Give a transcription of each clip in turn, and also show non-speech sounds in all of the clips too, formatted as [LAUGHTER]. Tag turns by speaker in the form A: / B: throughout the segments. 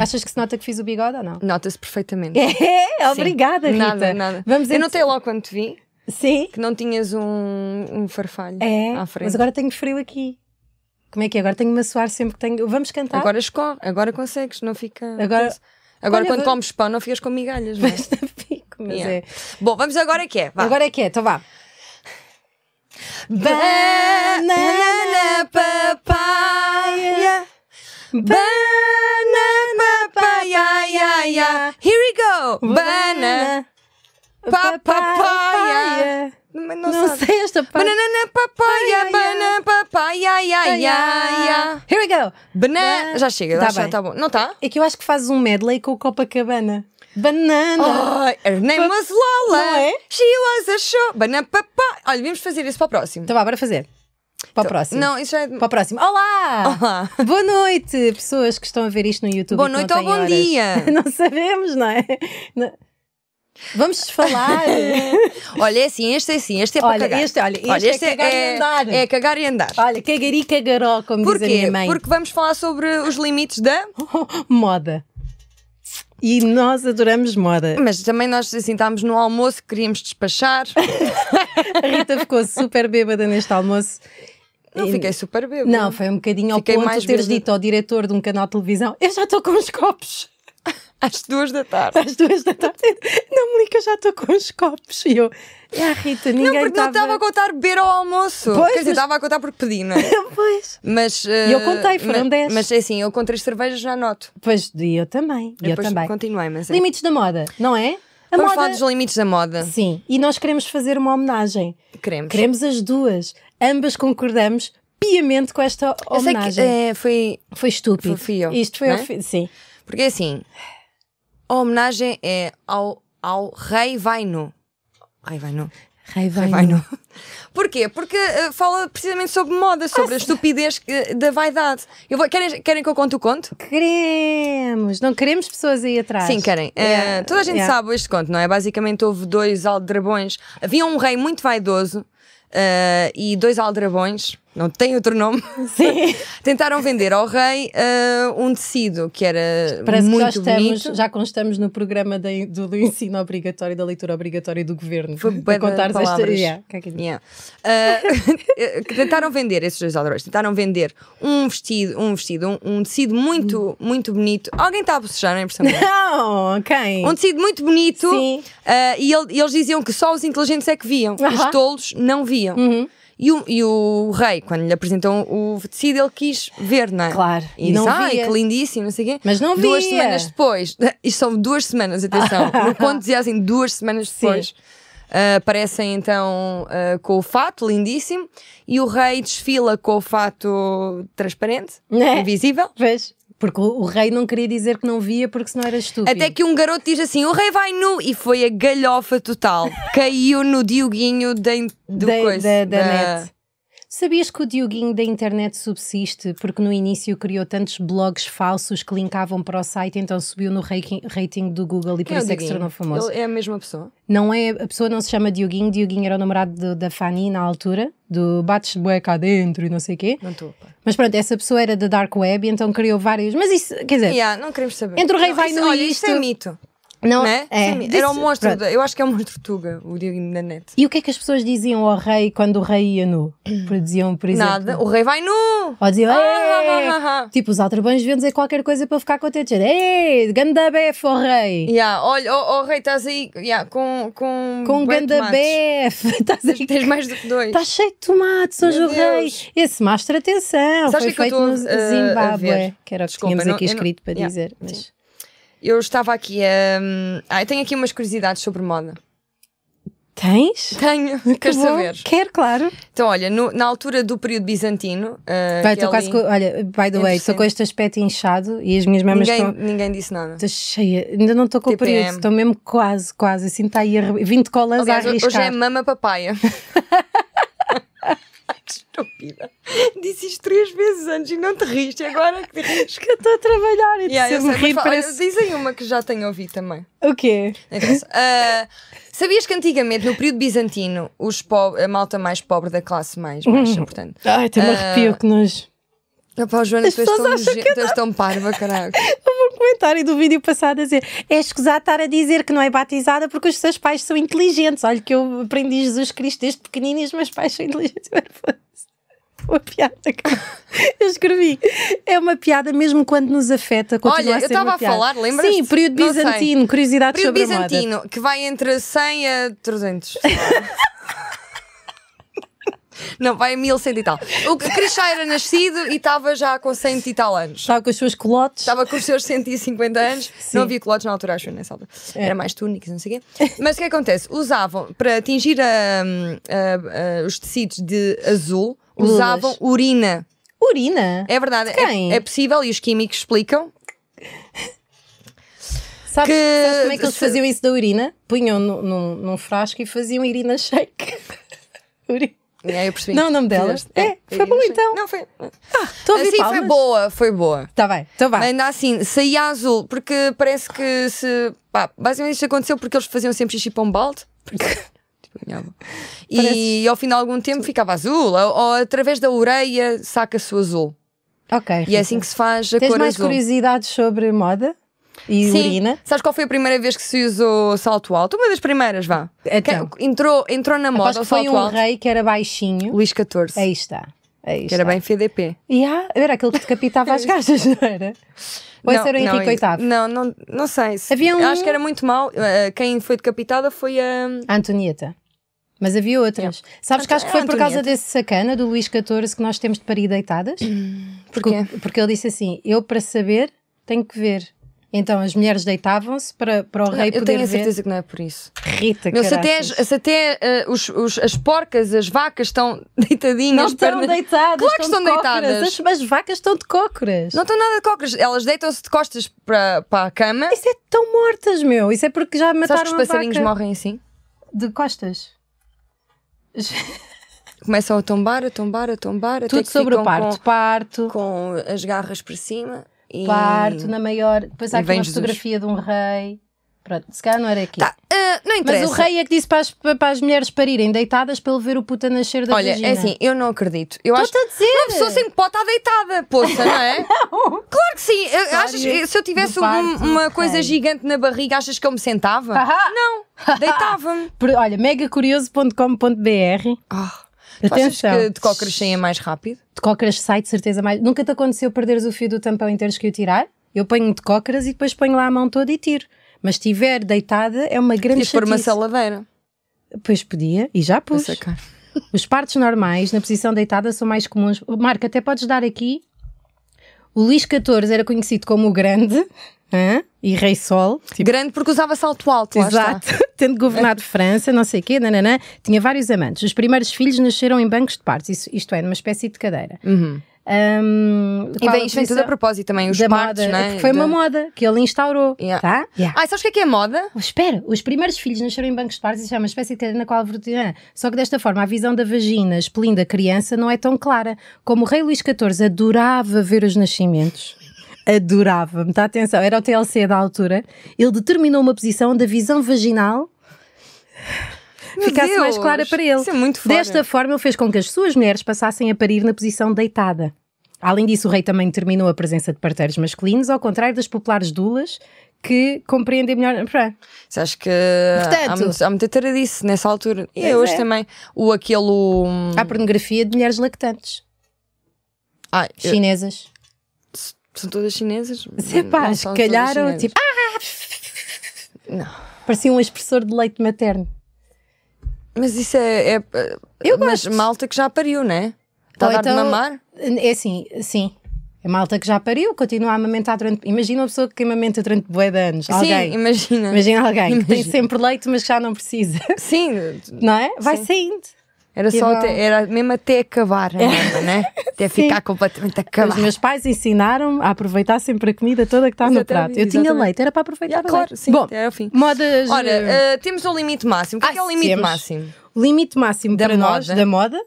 A: Achas que se nota que fiz o bigode ou não?
B: Nota-se perfeitamente.
A: Hum. [LAUGHS] É,
B: Sim.
A: obrigada, Rita.
B: Nada, nada.
A: Vamos
B: Eu
A: ent-
B: notei logo quando te vi
A: Sim.
B: que não tinhas um, um farfalho
A: É,
B: à frente.
A: mas agora tenho frio aqui. Como é que é? Agora tenho-me a suar sempre que tenho. Vamos cantar?
B: Agora escorre, agora consegues, não fica.
A: tá. Agora- [LAUGHS]
B: Agora
A: Olha,
B: quando
A: agora-
B: comes pão não ficas com migalhas, não é?
A: Fico, mas
B: Yeah.
A: é.
B: Bom, vamos agora que é. Vá.
A: Agora é que é, então vá.
B: Banana papaya. Banana papaya. ya, ya. Here we go. Banana pa- papaya. Mas
A: Não, sei esta parte.
B: Banana papaya,
A: Ai, ai, ai.
B: banana papaya, ya, ya, ya.
A: Here we go.
B: Banana. Já chega,
A: Tá
B: tá já
A: bem.
B: está bom. Não está?
A: É que eu acho que fazes um medley com o Copacabana. Banana.
B: Ai, her name was Lola.
A: Não é?
B: She was a show. Banana papaya. Olha, vamos fazer isso para o próximo.
A: Então vá, bora fazer. Para o próximo.
B: Não, Oh. isso já é. Ah.
A: Para o próximo. Olá!
B: Olá.
A: Boa noite, pessoas que estão a ver isto no YouTube.
B: Boa
A: e que não
B: noite ou
A: têm
B: bom
A: horas.
B: dia.
A: [LAUGHS] Não sabemos, não é? Não- Vamos
B: [LAUGHS]
A: falar.
B: Olha, é assim, este é assim, este é para
A: Olha,
B: cagar.
A: este- olha, este é cagar e andar.
B: É cagar e andar.
A: Olha, cagari cagaró, como diz a
B: Porquê?
A: minha mãe.
B: Porque vamos falar sobre os limites da.
A: Moda. E nós adoramos moda.
B: Mas também nós assim estávamos no almoço, queríamos despachar.
A: A Rita ficou super bêbada neste almoço.
B: Não
A: E-
B: fiquei super bêbada.
A: Não, foi um bocadinho ao
B: Fiquei
A: ponto
B: mais
A: de teres
B: bêbada.
A: dito ao diretor de um canal de televisão: Eu já estou com os copos.
B: Às duas da tarde.
A: Às duas da tarde. Não me liga, eu já estou com os copos. E eu, ah, Rita, ninguém
B: Não, porque não estava a contar beber ao almoço.
A: Pois,
B: Quer dizer,
A: mas-
B: estava a contar porque pedi, não é?
A: [LAUGHS] Pois.
B: Mas.
A: E eu contei, foram
B: mas,
A: dez.
B: Mas é assim, eu com três cervejas já noto.
A: Pois, e eu também. E eu
B: Depois
A: também.
B: continuei, mas. É.
A: Limites da moda, não é? A
B: Vamos
A: moda.
B: falar dos limites da moda.
A: Sim, e nós queremos fazer uma homenagem.
B: Queremos.
A: Queremos as duas. Ambas concordamos piamente com esta
B: Eu sei
A: homenagem.
B: que é, foi.
A: Foi estúpido.
B: Foi fio,
A: Isto foi
B: não é?
A: ofi- Sim.
B: Porque assim, a homenagem é ao, ao rei vai nu. Rei vai nu.
A: Rei vai,
B: Vai
A: nu.
B: nu. [LAUGHS] Porquê? Porque eh, fala precisamente sobre moda, sobre
A: Ah,
B: a estupidez eh, da vaidade. Eu vou- querem, querem que eu conte o conto?
A: Queremos. Não queremos pessoas aí atrás.
B: Sim, querem. Eh,
A: Yeah,
B: toda a gente
A: yeah.
B: sabe este conto, não é? Basicamente houve dois aldrabões. Havia um rei muito vaidoso eh, e dois aldrabões, não tem outro nome, [LAUGHS]
A: Sim.
B: tentaram vender ao rei eh, um tecido que era
A: Parece
B: muito
A: que já estamos,
B: bonito.
A: já constamos no programa da- do, do ensino obrigatório, e da leitura obrigatória do governo.
B: Foi
A: De
B: bué de
A: contares esta-
B: palavras.
A: Yeah, que é [LAUGHS] que-
B: Yeah. Uh, [LAUGHS] que tentaram vender, esses dois aldrabões, tentaram vender um vestido, um vestido, um, um tecido muito, muito bonito. Alguém está a bocejar, não é impressão minha?
A: Não, Oh, quem?
B: Um tecido muito bonito
A: Sim.
B: uh, e, ele- e eles diziam que só os inteligentes é que viam, os
A: Aham. Uhum.
B: tolos não viam. E, o, e o rei, quando lhe apresentam o tecido, ele quis ver, não é?
A: Claro,
B: E,
A: e não
B: disse, ai,
A: via."
B: que lindíssimo, não sei o quê.
A: Mas não
B: Duas
A: via.
B: semanas depois, [LAUGHS] isto são duas
A: [LAUGHS]
B: semanas, atenção, no conto dizia assim, duas semanas
A: Sim.
B: depois, ah, aparecem então ah, com o fato lindíssimo e o rei desfila com o fato transparente,
A: Né?
B: invisível.
A: Vês? Porque o, o rei não queria dizer que não via porque senão era estúpido.
B: Até que um garoto diz assim: o rei vai nu! E foi a
A: [LAUGHS]
B: galhofa total. Caiu no Dioguinho da, in- do
A: da, da,
B: coisa,
A: da net. Sabias que o Dioguinho da internet subsiste porque no início criou tantos blogs falsos que linkavam para o site, então subiu no rating, rating do Google e por
B: Quem é o
A: isso é que se
B: Dioguinho?
A: tornou famoso.
B: Ele é a mesma pessoa.
A: Não é, a pessoa não se chama Dioguinho, Dioguinho era o namorado do- da Fanny na altura, do bates bué cá dentro e não sei o quê.
B: Não estou. pá.
A: Mas pronto, essa pessoa era da Dark Web e então criou vários. Mas isso, quer dizer,
B: Yeah, não queremos saber.
A: É. Entre o rei
B: Não,
A: vai
B: isso-
A: nu e
B: Olha, isto é
A: isto-
B: mito.
A: não
B: não é? Isso
A: é?
B: é mito. Era o
A: Disse-
B: monstro.
A: pronto.
B: da- Eu acho que é o monstro Tuga, o Dioguinho da net.
A: E o que é que as pessoas diziam ao rei quando o rei ia nu? Por- Diziam, por exemplo.
B: Nada, o rei vai nu!
A: Ou diziam,
B: Ah,
A: "Ei!"
B: ah, ah, ah.
A: tipo, os altrabões deviam dizer qualquer coisa para eu ficar contente. Dizer, Ei, ganda bef, ó rei!
B: Yeah, olha, oh, oh, rei, estás aí yeah, com. Com,
A: Com um
B: bué de
A: ganda
B: tomates.
A: bef! [LAUGHS] Estás
B: Tens,
A: aí-
B: tens mais do que dois.
A: Está cheio de tomates, hoje
B: Meu
A: o rei!
B: Deus.
A: Esse mostra atenção!
B: Sabes
A: Foi
B: o que é que
A: feito
B: eu
A: no
B: estou, eh, a ver?
A: Zimbábue, que era o que
B: Desculpa,
A: tínhamos
B: eu não-
A: aqui
B: eu não-
A: escrito para
B: Yeah,
A: dizer.
B: sim.
A: Mas...
B: Eu estava aqui a. Ah, eu tenho aqui umas curiosidades sobre moda.
A: Tens?
B: [LAUGHS] Tenho,
A: Que
B: queres
A: bom.
B: saber?
A: Quero, claro.
B: Então, olha, no- na altura do período bizantino. ah,
A: Vai,
B: que
A: estou
B: ali-
A: quase com. Olha, by the way, estou com este aspecto inchado e as minhas mamas
B: Ninguém,
A: estão.
B: ninguém disse nada.
A: Estou cheia, ainda não estou com o
B: TPM.
A: período, estou mesmo quase, quase, assim está aí a arre- 20 colas
B: é. Aliás,
A: a
B: hoje é
A: arriscar. [LAUGHS]
B: mama papaya. [LAUGHS] Estúpida. Disse isto três vezes antes e não te riste, agora é que te
A: [LAUGHS]
B: riste.
A: que eu estou a trabalhar e
B: Yeah,
A: se
B: eu
A: eu me
B: sei, mas
A: rir
B: fa- olha,
A: parece...
B: Dizem uma que já tenho ouvido também.
A: O quê? [LAUGHS]
B: Não interessa. Ah, sabias que antigamente, no período bizantino, os po- a malta mais pobre da classe mais baixa,
A: Uhum.
B: portanto.
A: Ai, até me
B: Ah,
A: arrepio que nós...
B: Opa, Joana,
A: As
B: tu és
A: pessoas
B: tão,
A: acham
B: nojenta, tu és tão parva, caralho.
A: Eu vou Um comentário do vídeo passado a dizer: é escusado estar a dizer que não é batizada porque os seus pais são inteligentes. Olha, que eu aprendi Jesus Cristo desde pequenino e os meus pais são inteligentes. [LAUGHS] Uma piada que eu escrevi. É uma piada mesmo quando nos afeta.
B: Olha,
A: continua a
B: eu
A: ser
B: estava
A: uma
B: a
A: piada.
B: falar, lembras-te?
A: Sim, período
B: Não sei.
A: bizantino, curiosidades
B: Período
A: sobre a moda.
B: bizantino, que vai entre 100 a
A: [LAUGHS]
B: 300. sei lá. Não, vai a 1100 e tal. O que Cris já era nascido e estava já com 100 e tal anos.
A: Estava com as suas colotes.
B: Estava com os seus 150 anos.
A: Sim. É.
B: Não havia colotes na altura, acho, nessa altura. Era mais túnicas, não sei o quê. Mas o que acontece? Usavam, para atingir a, a- a- os tecidos de azul,
A: Lulas.
B: usavam urina.
A: Urina.
B: É verdade.
A: Quem?
B: É, é possível e os químicos explicam.
A: Sabes,
B: que-
A: sabes como é que eles
B: se-
A: faziam isso da urina? Punham no- num, num frasco e faziam urina shake. [LAUGHS] Urina.
B: É, eu percebi.
A: Não, o nome dela.
B: Fizeste.
A: É, foi bom
B: achei.
A: então.
B: Não, foi.
A: Estou a ouvir
B: Assim foi
A: palmas.
B: boa, foi boa.
A: Tá bem, então vá.
B: Ainda assim, saía azul, porque parece que se. Pá, basicamente isto aconteceu porque eles faziam sempre xixi para um balde. Porque. [LAUGHS] tipo, minha avó. E
A: Pareces-
B: ao fim de algum tempo ficava azul, ou, ou através da ureia saca-se o azul.
A: Ok.
B: E é assim que se faz a
A: Tens
B: cor
A: mais
B: azul.
A: curiosidades sobre moda e
B: Sim.
A: urina?
B: Sabes qual foi a primeira vez que se usou salto alto? Uma das primeiras, vá.
A: Então.
B: Quem- entrou, entrou na moda
A: Aposto
B: o
A: que foi
B: salto
A: um
B: alto.
A: rei É que era baixinho.
B: Luís XIV.
A: Aí está. Aí
B: que era
A: está.
B: bem FDP.
A: E há- era aquele que decapitava
B: [LAUGHS]
A: as gajas, não era? Ou esse era o Henrique VIII?
B: Não, não, não sei. Se,
A: Havia um-
B: eu Acho que era muito mal. Eh, quem foi decapitada foi a.
A: A Antonieta. Mas havia outras. Sabes que acho que foi por causa
B: Antonieta.
A: desse sacana do Luís XIV que nós temos de parir deitadas? Porque,
B: Hum, Porquê?
A: porque ele disse assim: eu para saber tenho que ver. Então as mulheres deitavam-se para, para o
B: Não,
A: rei
B: eu
A: poder
B: tenho a
A: ver.
B: certeza que não é por isso.
A: Rita,
B: Meu, se até, as,
A: caraças.
B: se até eh, os, os- as porcas, as vacas estão [LAUGHS] deitadinhas,
A: Não estão
B: pernas-
A: deitadas.
B: Claro que estão
A: de cócoras.
B: deitadas.
A: As, as vacas estão de cócoras.
B: Não estão nada de cócoras. Elas deitam-se de costas para, para a cama.
A: Isso é tão mortas, meu. Isso é porque já
B: Sabes que
A: mataram
B: os
A: a
B: passarinhos
A: vaca.
B: morrem assim?
A: De costas.
B: Começam a tombar, a tombar, a tombar. até
A: Tudo
B: que
A: sobre o
B: ficam
A: parto. parto,
B: Com, com as garras para cima. E...
A: parto, na maior. Depois há
B: E
A: aqui
B: vem
A: uma
B: Jesus.
A: fotografia de um rei. Pronto, se calhar não era aqui.
B: Tá, eh, não
A: Mas
B: interessa.
A: o rei é que disse para as, para as mulheres parirem deitadas para ele ver o puta nascer da
B: Olha,
A: vagina.
B: é
A: [LAUGHS]
B: assim, eu não acredito. Eu acho
A: Estou-te a dizer!
B: A pessoa sempre pode estar deitada, poça, não
A: [LAUGHS]
B: é? Claro que sim. Eu- Achas, que se eu tivesse
A: do parto,
B: um- uma coisa
A: ok.
B: gigante na barriga, achas que eu me
A: [LAUGHS]
B: sentava?
A: Ahá.
B: Não, deitava-me.
A: Por- Olha, megacurioso.com.br
B: Ah, tu achas
A: Atenção.
B: que de cócoras cheia mais rápido?
A: De cócoras sai de certeza mais. Nunca te aconteceu perderes o fio do tampão e teres que o tirar? Eu ponho de cócoras e depois ponho lá a mão toda e tiro. Mas se estiver deitada é uma grande
B: Podias pôr Tipo uma
A: chatice.
B: saladeira.
A: Pois podia, e já
B: Para
A: pus.
B: sacar.
A: Os partos normais, na posição deitada, são mais comuns. Marco, até podes dar aqui. O Luís XIV era conhecido como o Grande [LAUGHS] hã? e Rei Sol. tipo,
B: Grande porque usava salto alto, lá está.
A: Exato, [LAUGHS] tendo governado França, não sei o quê, nananã, tinha vários amantes. Os primeiros filhos nasceram em bancos de partos, isso- isto é, numa espécie de cadeira.
B: Uhum.
A: Hum,
B: E
A: qual a
B: vem isto vem tudo a
A: posição?
B: propósito também, os
A: da
B: partos,
A: moda,
B: não é?
A: que foi uma
B: Da-
A: moda que ele instaurou,
B: Yeah.
A: tá? Yeah.
B: Ai, sabes o que é que é moda?
A: Oh, Espera, os primeiros filhos nasceram em bancos de partos, isso é uma espécie de cadeira na qual vertiginã. Só que desta forma, a visão da vagina expelindo a criança não é tão clara. Como o rei Luís XIV adorava ver os nascimentos, adorava, me dá atenção, era o TLC da altura, ele determinou uma posição onde a visão vaginal
B: Meu
A: ficasse
B: Deus,
A: mais clara para ele.
B: Isso é muito fora.
A: Desta forma, ele fez com que as suas mulheres passassem a parir na posição deitada. Além disso, o rei também determinou a presença de parteiros masculinos, ao contrário das populares dulas, que compreendem melhor. Pá,
B: Sabes que
A: Portanto-
B: há, muito, há muita taradice nessa altura. E
A: Pois
B: hoje
A: é.
B: também. O aquele. hum,
A: Há pornografia de mulheres lactantes,
B: ai, eu-
A: chinesas.
B: São todas chinesas?
A: Se pá,
B: Não
A: se
B: são
A: calhar,
B: todas
A: ou
B: chinesas.
A: tipo, ah!
B: Não.
A: Parecia um expressor de leite materno.
B: Mas isso é. é
A: Eu
B: mas
A: gosto.
B: malta que já pariu, né? Está a dar de
A: então-
B: mamar?
A: É assim, sim. É malta que já pariu, continua a amamentar durante. Imagina uma pessoa que amamenta durante bué de anos. alguém.
B: Sim, imagina.
A: Imagina alguém que tem sempre leite, mas que já não precisa.
B: [LAUGHS]
A: [LAUGHS]
B: Sim,
A: Não é? Vai
B: Sim.
A: saindo.
B: era só
A: Igual.
B: até, era mesmo até
A: [LAUGHS]
B: acabar,
A: É.
B: a merda, né? Até ficar completamente
A: Os
B: acabado.
A: meus pais ensinaram a aproveitar sempre a comida toda que está no
B: Exatamente,
A: prato. Eu tinha
B: exatamente.
A: leite, era para aproveitar.
B: Já,
A: o
B: claro,
A: leite.
B: sim,
A: Bom,
B: até ao fim.
A: modas.
B: Ora,
A: eh,
B: eh, temos um limite máximo. O que é, que é o
A: ai,
B: limite
A: temos.
B: máximo?
A: o limite máximo
B: da
A: para nós
B: moda.
A: da moda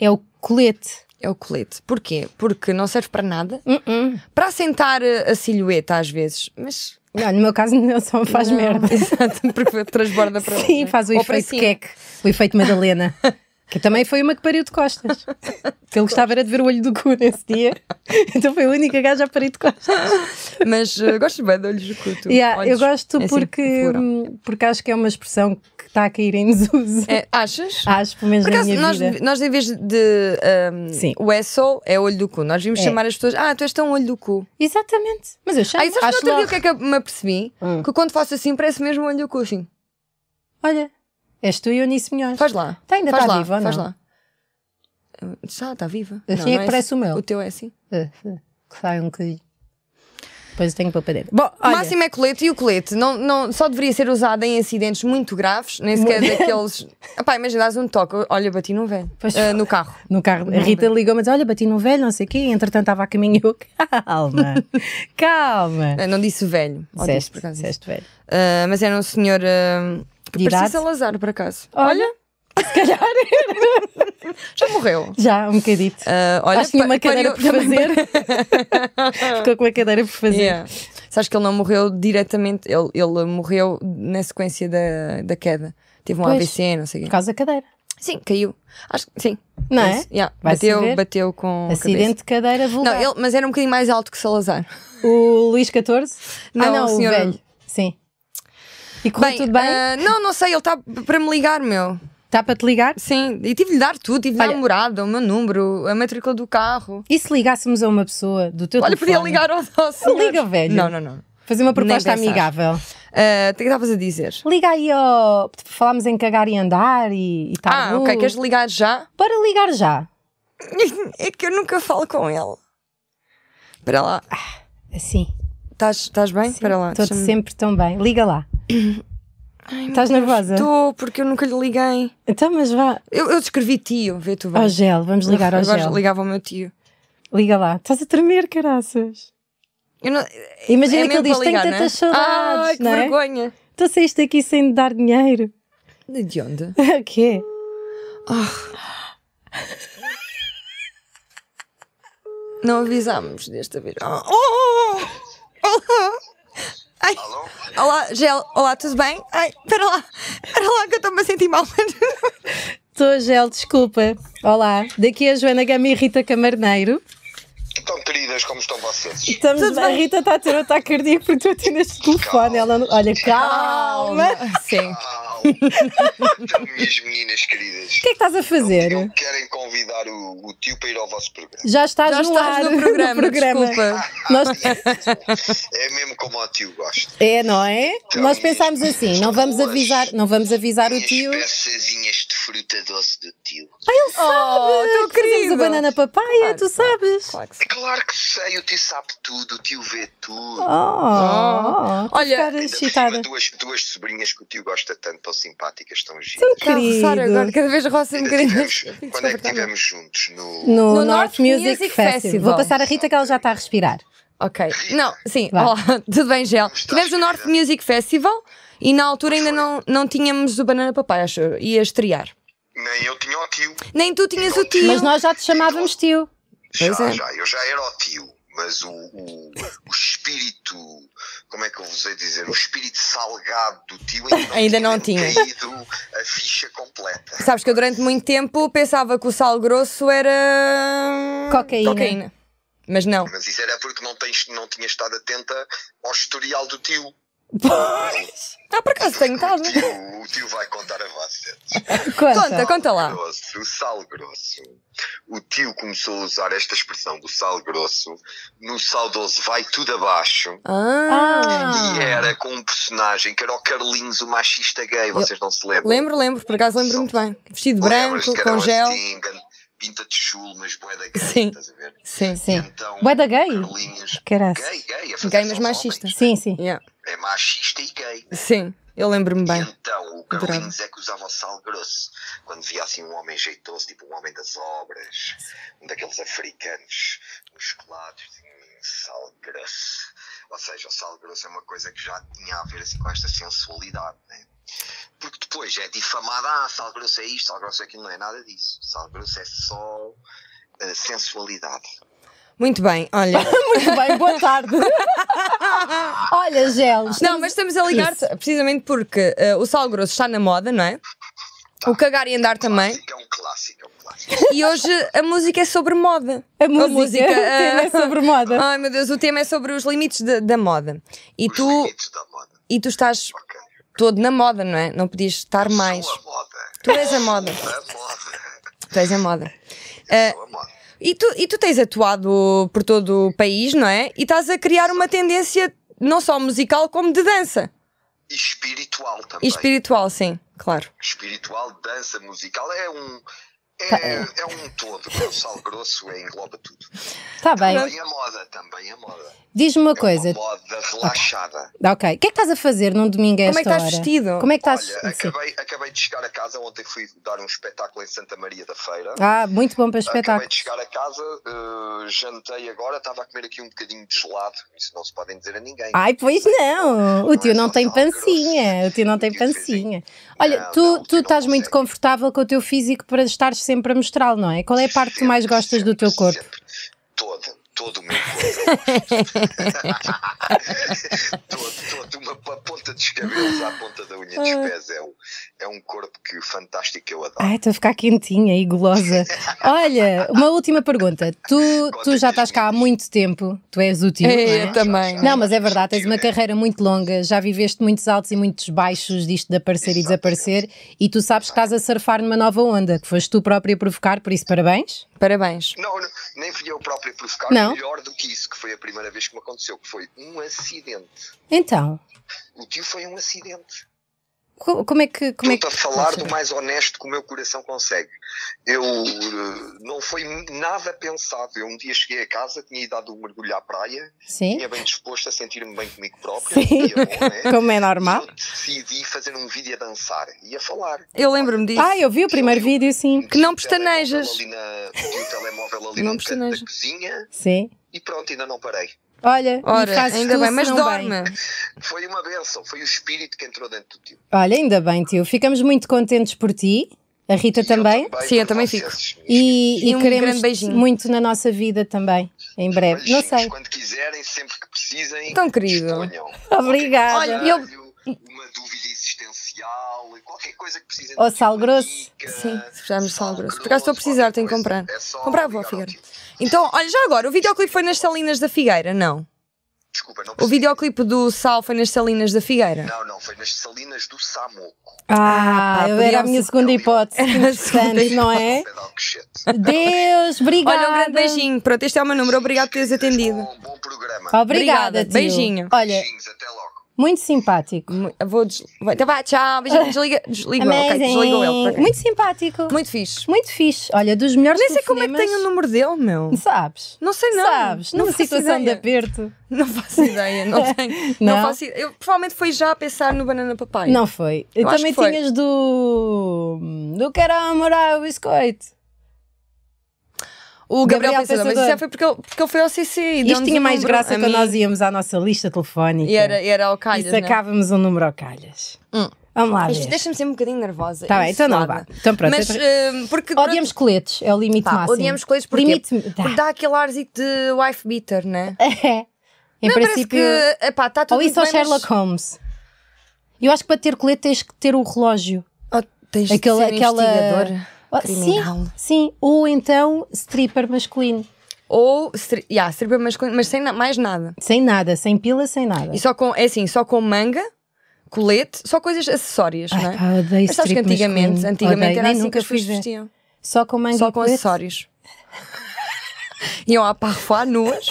A: é o colete.
B: É o colete. Porquê? Porque não serve para nada.
A: Uh-uh.
B: Para assentar eh, a silhueta, às vezes, mas.
A: Não, no meu caso, [LAUGHS] não só faz
B: Não, [LAUGHS]
A: merda.
B: Exato, porque transborda
A: [LAUGHS]
B: para
A: Sim, faz o
B: ou para
A: efeito é
B: cima.
A: queque, o efeito Madalena. [LAUGHS] Que também foi uma que pariu de
B: [LAUGHS]
A: costas. Ele gostava era de ver o olho do cu nesse dia. [LAUGHS] Então foi a única gaja a parir de costas.
B: Mas eh, gosto bem de olhos de culto.
A: Yeah, eu
B: Olhos,
A: gosto
B: é assim,
A: porque,
B: plural.
A: hum, porque acho que é uma expressão que está a cair em [LAUGHS] desuso.
B: É, achas?
A: Acho, pelo menos
B: Por
A: Ah, na
B: acaso,
A: minha
B: nós,
A: vida.
B: nós em vez de ahm,
A: Sim.
B: o é sol, é olho do cu. Nós vimos
A: É.
B: chamar as pessoas, ah, tu és tão olho do cu.
A: Exatamente. Mas eu chamo.
B: Aí sabes
A: acho
B: que no
A: logo,
B: outro dia o que é que eu me apercebi?
A: Hum.
B: Que quando faço assim parece mesmo olho do cu, assim.
A: Olha, és tu e eu nisso melhor.
B: Faz lá.
A: Tá, ainda
B: faz
A: tá
B: lá,
A: viva ou
B: faz
A: não?
B: lá. Hum, Já, está viva.
A: Assim
B: Não,
A: é
B: não
A: que parece
B: assim.
A: o meu.
B: O teu é assim.
A: Ah, ah, Que sai um bocadinho. Depois eu tenho para o dentro. Bom,
B: O
A: olha,
B: máximo é colete e o colete não, não, só deveria ser usado em acidentes muito graves, nem sequer
A: [LAUGHS]
B: daqueles. Epá, imagina, dás um toque, olha, bati num velho.
A: Pois.
B: Ah, no carro.
A: no carro, a Rita ligou-me e disse: Olha, bati num velho, não sei o quê. Entretanto, estava a caminho. [LAUGHS] Eu, calma, calma.
B: Ah, Não disse velho. Ou disse, por acaso.
A: disseste velho.
B: Ah, mas era um senhor. ah, que
A: De
B: parecia
A: idade?
B: Salazar, por acaso.
A: Olha, se calhar
B: Já morreu.
A: já, um bocadito.
B: Ah, olha,
A: Acho que tinha
B: pa-
A: uma cadeira por
B: pariu- [LAUGHS]
A: fazer. Ficou com uma cadeira por fazer.
B: Yeah. Sabes que ele não morreu diretamente, ele, ele morreu na sequência da, da queda. Teve um
A: Pois.
B: AVC, não sei o
A: Por
B: quê.
A: causa da cadeira.
B: Sim, caiu. Acho que sim.
A: Não é?
B: isso. Yeah.
A: Vai-se ver.
B: Bateu, bateu com. a
A: Acidente de cadeira
B: cabeça. Não,
A: vulgar.
B: ele, mas era um bocadinho mais alto que Salazar.
A: O Luís XIV?
B: Não,
A: ah, não,
B: o senhor-
A: o velho. Sim. E correu tudo bem?
B: ah, não, não sei, ele está para me ligar, meu.
A: Está Tá para te ligar?
B: Sim, e tive de lhe dar tudo, tive de lhe dar
A: Olha.
B: a morada, o meu número, a matrícula do carro.
A: E se ligássemos a uma pessoa do teu
B: Olha, podia
A: telefone?
B: ligar ao nosso.
A: Liga, velho.
B: Não, não, não.
A: Fazer uma proposta
B: pensar.
A: amigável.
B: Ah, o que estavas a dizer?
A: Liga aí ao... tipo, Falámos em cagar e andar e, e
B: Ah,
A: tabu.
B: ok, queres ligar já?
A: Para ligar já.
B: É que eu nunca falo com ele. Espera lá.
A: Assim.
B: Estás estás bem? Espera lá.
A: Estou-te
B: deixa-me-
A: sempre tão bem. Liga lá.
B: Ai, meu
A: Estás
B: Deus,
A: nervosa?
B: Estou, porque eu nunca lhe liguei.
A: Então, mas vá.
B: Eu, eu descrevi tio, vê tu bem.
A: Ao gel, vamos ligar ao
B: Agora
A: gel.
B: ligava ao meu tio.
A: Liga lá. Estás a tremer, caraças.
B: Eu não-
A: Imagina
B: é
A: que ele
B: mesmo
A: diz: Tenho
B: para ligar,
A: tantas
B: não é?
A: saudades,
B: Ai, que
A: não é?
B: vergonha.
A: Tu saíste daqui sem dar dinheiro. [LAUGHS]
B: De onde?
A: O quê?
B: Não avisámos desta vez. Oh, oh, oh. Olá! Ai. Olá, Gel. Olá, tudo bem? Ai, espera lá. Espera lá que eu estou-me a sentir mal.
A: Estou, Gel, desculpa. Olá, daqui é a Joana Gama e Rita Camarneiro.
C: Então, queridas, como
A: [LAUGHS]
C: estão vocês?
A: Estamos,
B: Tudo
A: a
B: bem?
A: Rita está a ter um ataque cardíaco porque tu atendeste o telefone. Ela não- Olha, calma. O
B: Sim.
C: Ah, minhas meninas queridas.
A: que é que estás a
C: Eu
A: fazer?
C: querem convidar o, o tio para ir ao vosso programa.
A: Já estás, [LAUGHS]
B: Já
A: no,
B: estás
A: ar,
B: no programa,
A: programa.
B: desculpa.
A: Nós...
C: É mesmo como o tio gosta.
A: É, não é? Nós pensámos assim, não vamos avisar, não vamos avisar o
C: Minhas
A: tio. Ah.
C: peçazinhas de fruta doce do tio.
B: Oh, tão
A: que fazemos
B: querido.
A: Eh, a banana papaya,
B: Claro.
A: tu sabes?
B: Claro que sim.
C: É claro que sei, o tio sabe tudo, o tio vê tudo.
A: Oh,
B: Oh. Olha,
A: ficar
C: Ainda por cima,
A: Ah, excitada.
C: duas, duas sobrinhas que o tio gosta tanto, tão simpáticas, tão giras.
B: Está tá a roçar
A: Querido.
B: agora, cada vez roça um
C: Ainda
B: bocadinho.
C: tivemos-
B: Fico
C: Quando é que
B: desconfortável.
C: estivemos juntos? No,
A: No,
B: No
A: North,
B: North
A: Music,
B: Music
A: Festival.
B: Festival.
A: Vou passar a Rita que ela já está a respirar.
B: Ok. Não, sim,
A: Vá.
B: olá, [LAUGHS] tudo bem, Gel.
C: estás,
B: Tivemos o North
C: querida?
B: Music Festival e na altura ainda não, não tínhamos o Banana Papai, acho eu. Ia estrear.
C: Nem eu tinha o tio.
B: Nem tu tinhas o tio.
A: Mas nós já te chamávamos tio.
B: Pois
C: já,
B: é.
C: já, eu já era o tio, mas o, o, o espírito, como é que eu vos hei de dizer, o espírito salgado do tio ainda não
B: Ainda não
C: tinha
B: tinha.
C: caído a ficha completa.
B: Sabes que eu durante muito tempo pensava que o sal grosso era.
A: Cocaína.
B: Mas não.
C: Mas isso era porque não, tens, não tinha estado atenta ao historial do tio.
B: Ah, por acaso tenho estado.
C: O tio, o tio vai contar a vocês.
B: Ah,
A: Conta.
B: Conta, conta lá.
C: Grosso, o sal grosso. O tio começou a usar esta expressão do sal grosso no saudoso vai tudo abaixo.
B: Ah.
A: Ah,
C: E era com um personagem que era o Carlinhos, o machista gay, vocês não se lembram?
B: Lembro, lembro, por acaso lembro muito bem. Vestido branco,
C: Lembras-te que era
B: com
C: um
B: gel.
C: assim, grande pinta de chulo, mas bué da gay,
B: Sim.
C: estás a ver?
B: Sim.
A: sim.
C: Então,
A: Bué da gay?
C: Carlinhos,
A: Caraca.
C: gay, gay, é fazer
B: Gay, mas
C: só
B: machista.
C: homens.
A: Sim, [LAUGHS] sim.
B: Yeah.
C: É machista e gay.
B: Sim, eu lembro-me
C: E
B: bem.
C: então, o
B: Adorava.
C: Carlinhos é que usava o sal grosso. Quando via assim um homem jeitoso, tipo um homem das obras, um daqueles africanos musculados, assim, "Hum, sal grosso. Ou seja, o sal grosso é uma coisa que já tinha a ver assim, com esta sensualidade, né? Porque depois é difamada, ah, sal grosso é isto, sal grosso é aquilo, não é nada disso. Sal grosso é só eh, sensualidade.
B: Muito bem, [LAUGHS] olha.
A: Muito bem, boa
C: [LAUGHS]
A: tarde. Olha, Gel.
B: Não, mas estamos a ligar
A: Isso.
B: precisamente porque eh, o sal grosso está na moda, não é? O cagar e andar também.
C: Clássico, é um clássico.
B: E hoje a música é sobre moda.
A: A música, [LAUGHS] o tema
B: ah,
A: é sobre moda.
B: Ai meu Deus, o tema é sobre os limites da- da moda. E
C: Os
B: tu,
C: limites da moda.
B: e tu estás
C: Ok.
B: todo na moda, não é? Não podias estar mais.
C: Sou a moda.
B: Tu és a moda.
C: Sou a moda.
B: Tu és a moda. Ah,
A: É,
C: Eu sou a moda.
B: E tu, e tu tens atuado por todo o país, não é? E estás a criar uma tendência não só musical como de dança.
C: E espiritual também.
B: E espiritual, sim, claro.
C: espiritual, dança, musical, é um.
A: Tá,
C: É, é um todo, é o sal grosso, é, engloba tudo.
A: Está Tá bem.
C: Também a moda, também a moda.
A: Diz-me uma
C: É
A: coisa. Tá.
C: uma moda relaxada.
A: Ok. O que é que estás a fazer num domingo a
B: Como
A: esta
B: é que estás
A: hora?
B: vestido?
A: Como é que estás.
C: Olha,
A: Sim.
C: acabei, acabei de chegar a casa, ontem fui dar um espetáculo em Santa Maria da Feira.
A: Ah, muito bom para
C: Acabei
A: espetáculo.
C: de chegar a casa, eh, jantei agora, estava a comer aqui um bocadinho de gelado, isso não se podem dizer a ninguém.
A: Ai, pois não! O tio não tem pancinha. O tio não tem
C: O tio fez
A: pancinha.
C: assim.
A: Olha,
C: Não, não,
A: tu,
C: o
A: tu
C: tio não
A: estás muito
C: consegue.
A: confortável com o teu físico para estares sempre a mostrá-lo, não é? Qual é a parte que tu mais
C: Sempre,
A: gostas do teu
C: sempre,
A: corpo?
C: sempre. Todo, todo o meu corpo.
A: [LAUGHS]
C: todo, todo, uma pa- ponta dos cabelos à ponta da unha dos
A: Ah.
C: pés. É, o- é um corpo que fantástico que eu adoro.
A: Ai, estou a ficar quentinha e
C: [LAUGHS]
A: gulosa. Olha, uma última pergunta. Tu, tu já estás cá há muito tempo, tu és o tio, não é?
B: Eu também.
A: Não, mas é verdade, tens uma carreira muito longa, já viveste muitos altos e muitos baixos disto de aparecer e desaparecer, e tu sabes que estás a surfar numa nova onda, que foste tu própria a provocar, por isso parabéns.
B: Parabéns.
C: Não, não, nem fui eu próprio a provocar
A: Não.
C: melhor do que isso, que foi a primeira vez que me aconteceu, que foi um acidente.
A: Então,
C: O tio foi um acidente.
A: co- como é que. Como é que
C: Estou a falar do mais honesto que o meu coração consegue. Eu eh, não foi nada pensado. Eu um dia cheguei a casa, tinha ido dar um mergulho à praia
A: Sim,
C: Tinha bem disposto a sentir-me bem comigo próprio.
A: Sim.
C: e é bom,
A: [LAUGHS]
C: né?
A: como é normal.
C: E Eu decidi fazer um vídeo a dançar e a falar.
B: Eu lembro-me disso.
A: Ah, eu vi o primeiro vídeo, sim.
B: Que não
C: Meti o telemóvel
B: pestanejas.
C: ali na- meti O telemóvel ali
B: Não
C: no canto da
B: pestanejas.
C: cozinha
A: Sim.
C: e pronto, ainda não parei.
A: Olha, e
B: Ora,
A: fazes
B: ainda
A: tu,
B: bem,
A: se
B: mas
A: não
B: dorme.
C: Foi uma benção, foi o espírito que entrou dentro do tio.
A: Olha, ainda bem, tio. Ficamos muito contentes por ti. A Rita
C: E eu
A: também.
B: Sim, eu
C: por
B: também
C: vocês.
A: E,
B: E
A: e
B: um grande
A: queremos
B: beijinho.
A: muito na nossa vida também, em breve. Não
C: Beijinhos,
A: sei.
C: Quando quiserem, sempre que precisem.
B: Tão querido.
C: disponham.
A: Obrigada.
B: Olha,
C: Qualquer
B: eu-
C: conselho, Uma dúvida existencial, qualquer coisa que precisem.
A: Ou
C: de
A: sal
C: uma
A: grosso.
C: dica,
B: Sim, se precisarmos de sal grosso. Por acaso estou a precisar,
C: qualquer
B: tenho que
C: coisa.
B: comprar.
C: É só
B: Comprar, vou à
C: ligar ao
B: Figueira.
C: tio.
B: Então, olha já agora, o videoclipe foi nas Salinas da Figueira, não?
C: Desculpa, não
B: O
C: percebi.
B: videoclipe do Sal foi nas Salinas da Figueira.
C: Não, não, foi nas Salinas do Samoco.
A: Ah,
B: pá,
A: eu era a
B: podíamos-
A: minha segunda hipótese.
B: [LAUGHS] Era a segunda
A: Portanto, não é?
C: Pedal Quixete.
A: Deus, obrigada.
B: Olha, um grande beijinho. Pronto, este é o meu Ah, número. Obrigado por teres atendido.
C: Bom, bom programa.
A: Obrigada,
B: Obrigada,
A: tio.
B: beijinho.
A: Olha,
C: Beijinhos, até logo.
A: muito simpático.
B: Mu- Vou des... vai, Então vá, tchau. Beijinho. Desliga, desliga ele. ok,
A: Ah. Amazing.
B: desligou ele. ok.
A: Muito simpático. Muito,
B: Muito fixe.
A: fixe. Olha, dos melhores
B: Nem sei como é que tenho o
A: telefonemas-
B: número dele, meu.
A: Sabes?
B: Não sei, não.
A: Sabes?
B: não
A: Numa
B: faço
A: situação
B: ideia.
A: de aperto.
B: Não faço ideia,
A: [LAUGHS]
B: não tenho. não.
A: Não?
B: faço ideia. Eu provavelmente foi já a pensar no Banana Papai.
A: Não foi.
B: Eu acho
A: Também
B: que foi.
A: tinhas do. do Quero Amorar o Biscoito.
B: O Gabriel,
A: Gabriel
B: Pensador, mas
A: Pensador.
B: isso já foi porque ele, porque ele foi ao CC. e
A: Isto
B: deu-nos
A: tinha
B: o
A: mais
B: número
A: graça
B: a
A: quando
B: mim.
A: nós íamos à nossa lista telefónica
B: E era, e era ao
A: e
B: calhas, né?
A: sacávamos um número ao calhas.
B: Hum.
A: Vamos lá
B: Isto
A: ver.
B: deixa-me ser um bocadinho nervosa.
A: é. Tá bem, então não vá.
B: assustada.
A: Então pronto.
B: Mas,
A: então-
B: hum, porque...
A: Odiamos coletes, é o limite
B: Pá,
A: máximo.
B: Tá, odiamos coisas porquê?
A: Limite. Tá.
B: Porque dá aquele arzinho de wife beater, né?
A: É. Em
B: não, parece
A: princípio.
B: que. Epá, está tudo
A: Ou isso
B: muito
A: ao
B: bem,
A: Sherlock
B: mas-
A: Holmes. Eu acho que para ter colete tens que ter o relógio.
B: Oh, tens de
A: Aquela-
B: ser
A: aquela-
B: investigador,
A: Ah,
B: criminal.
A: Sim, sim. Ou então stripper masculino.
B: Ou. stri- Yeah, stripper masculino, mas sem na- mais nada.
A: Sem nada, sem pila, sem nada.
B: E só com. É assim, só com manga, colete, só coisas acessórias, não
A: Ai,
B: é?
A: pá, odeio
B: Mas sabes que
A: strip
B: antigamente,
A: masculino.
B: antigamente
A: Odeio,
B: era
A: nem
B: assim que
A: nunca
B: as pessoas
A: fui ver.
B: vestiam.
A: Só com manga
B: Só
A: e
B: com
A: colete?
B: acessórios. [LAUGHS] Iam à parfois nuas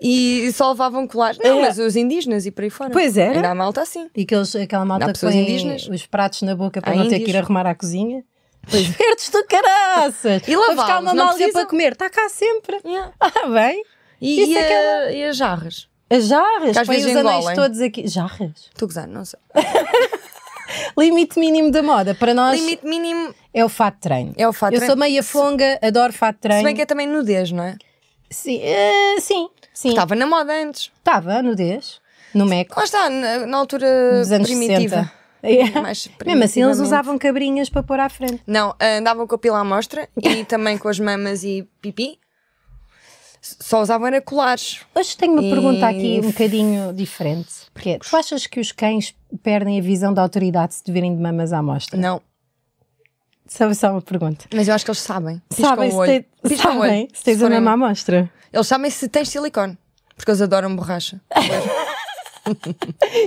B: e só levavam colares. Não,
A: É.
B: mas os indígenas e por aí fora.
A: Pois era.
B: Ainda há malta assim.
A: E aqueles, aquela malta
B: Há
A: que
B: pessoas
A: põe
B: indígenas.
A: os pratos na boca para
B: Há
A: não ter
B: índios.
A: que ir arrumar à cozinha. [LAUGHS] Pois verdes do caraças!
B: E
A: Vou buscar
B: lavá-los,
A: uma
B: não
A: malga
B: precisam?
A: para comer, está cá sempre.
B: Yeah.
A: [LAUGHS] Ah, bem.
B: E,
A: Isso
B: e,
A: é
B: a, e as jarras?
A: As jarras,
B: Que às
A: põe os
B: vezes
A: anéis
B: engolem.
A: todos aqui. Jarras?
B: Estou a gozar, não sei.
A: Limite mínimo da moda, para nós
B: Limite mínimo
A: é o fato de treino.
B: é o fato.
A: Eu sou meia fonga, adoro fato de
B: Se
A: treino.
B: bem que é também nudez, não é? Tá
A: Sim, eh, sim, sim.
B: Estava na moda antes.
A: Estava nudez, no Meco,
B: Lá está, na, na altura
A: dos anos
B: primitiva.
A: 60. É.
B: Mais
A: [LAUGHS] Mesmo assim, eles
B: primitivamente.
A: usavam cabrinhas para pôr à frente.
B: Não, andavam com a pila à mostra
A: [LAUGHS]
B: e também com as mamas e pipi. Só usavam era colares.
A: Hoje tenho uma
B: E-
A: pergunta aqui um bocadinho diferente. Que é, tu achas que os cães perdem a visão da autoridade se te virem de mamas à mostra?
B: Não.
A: Só, só uma pergunta.
B: Mas eu acho que eles sabem. Piscam
A: Sabem
B: o
A: se,
B: um olho.
A: te-
B: Piscam o
A: sabem
B: olho.
A: se tens a
B: forem-
A: mesma amostra.
B: Eles sabem se tens silicone. Porque eles adoram borracha.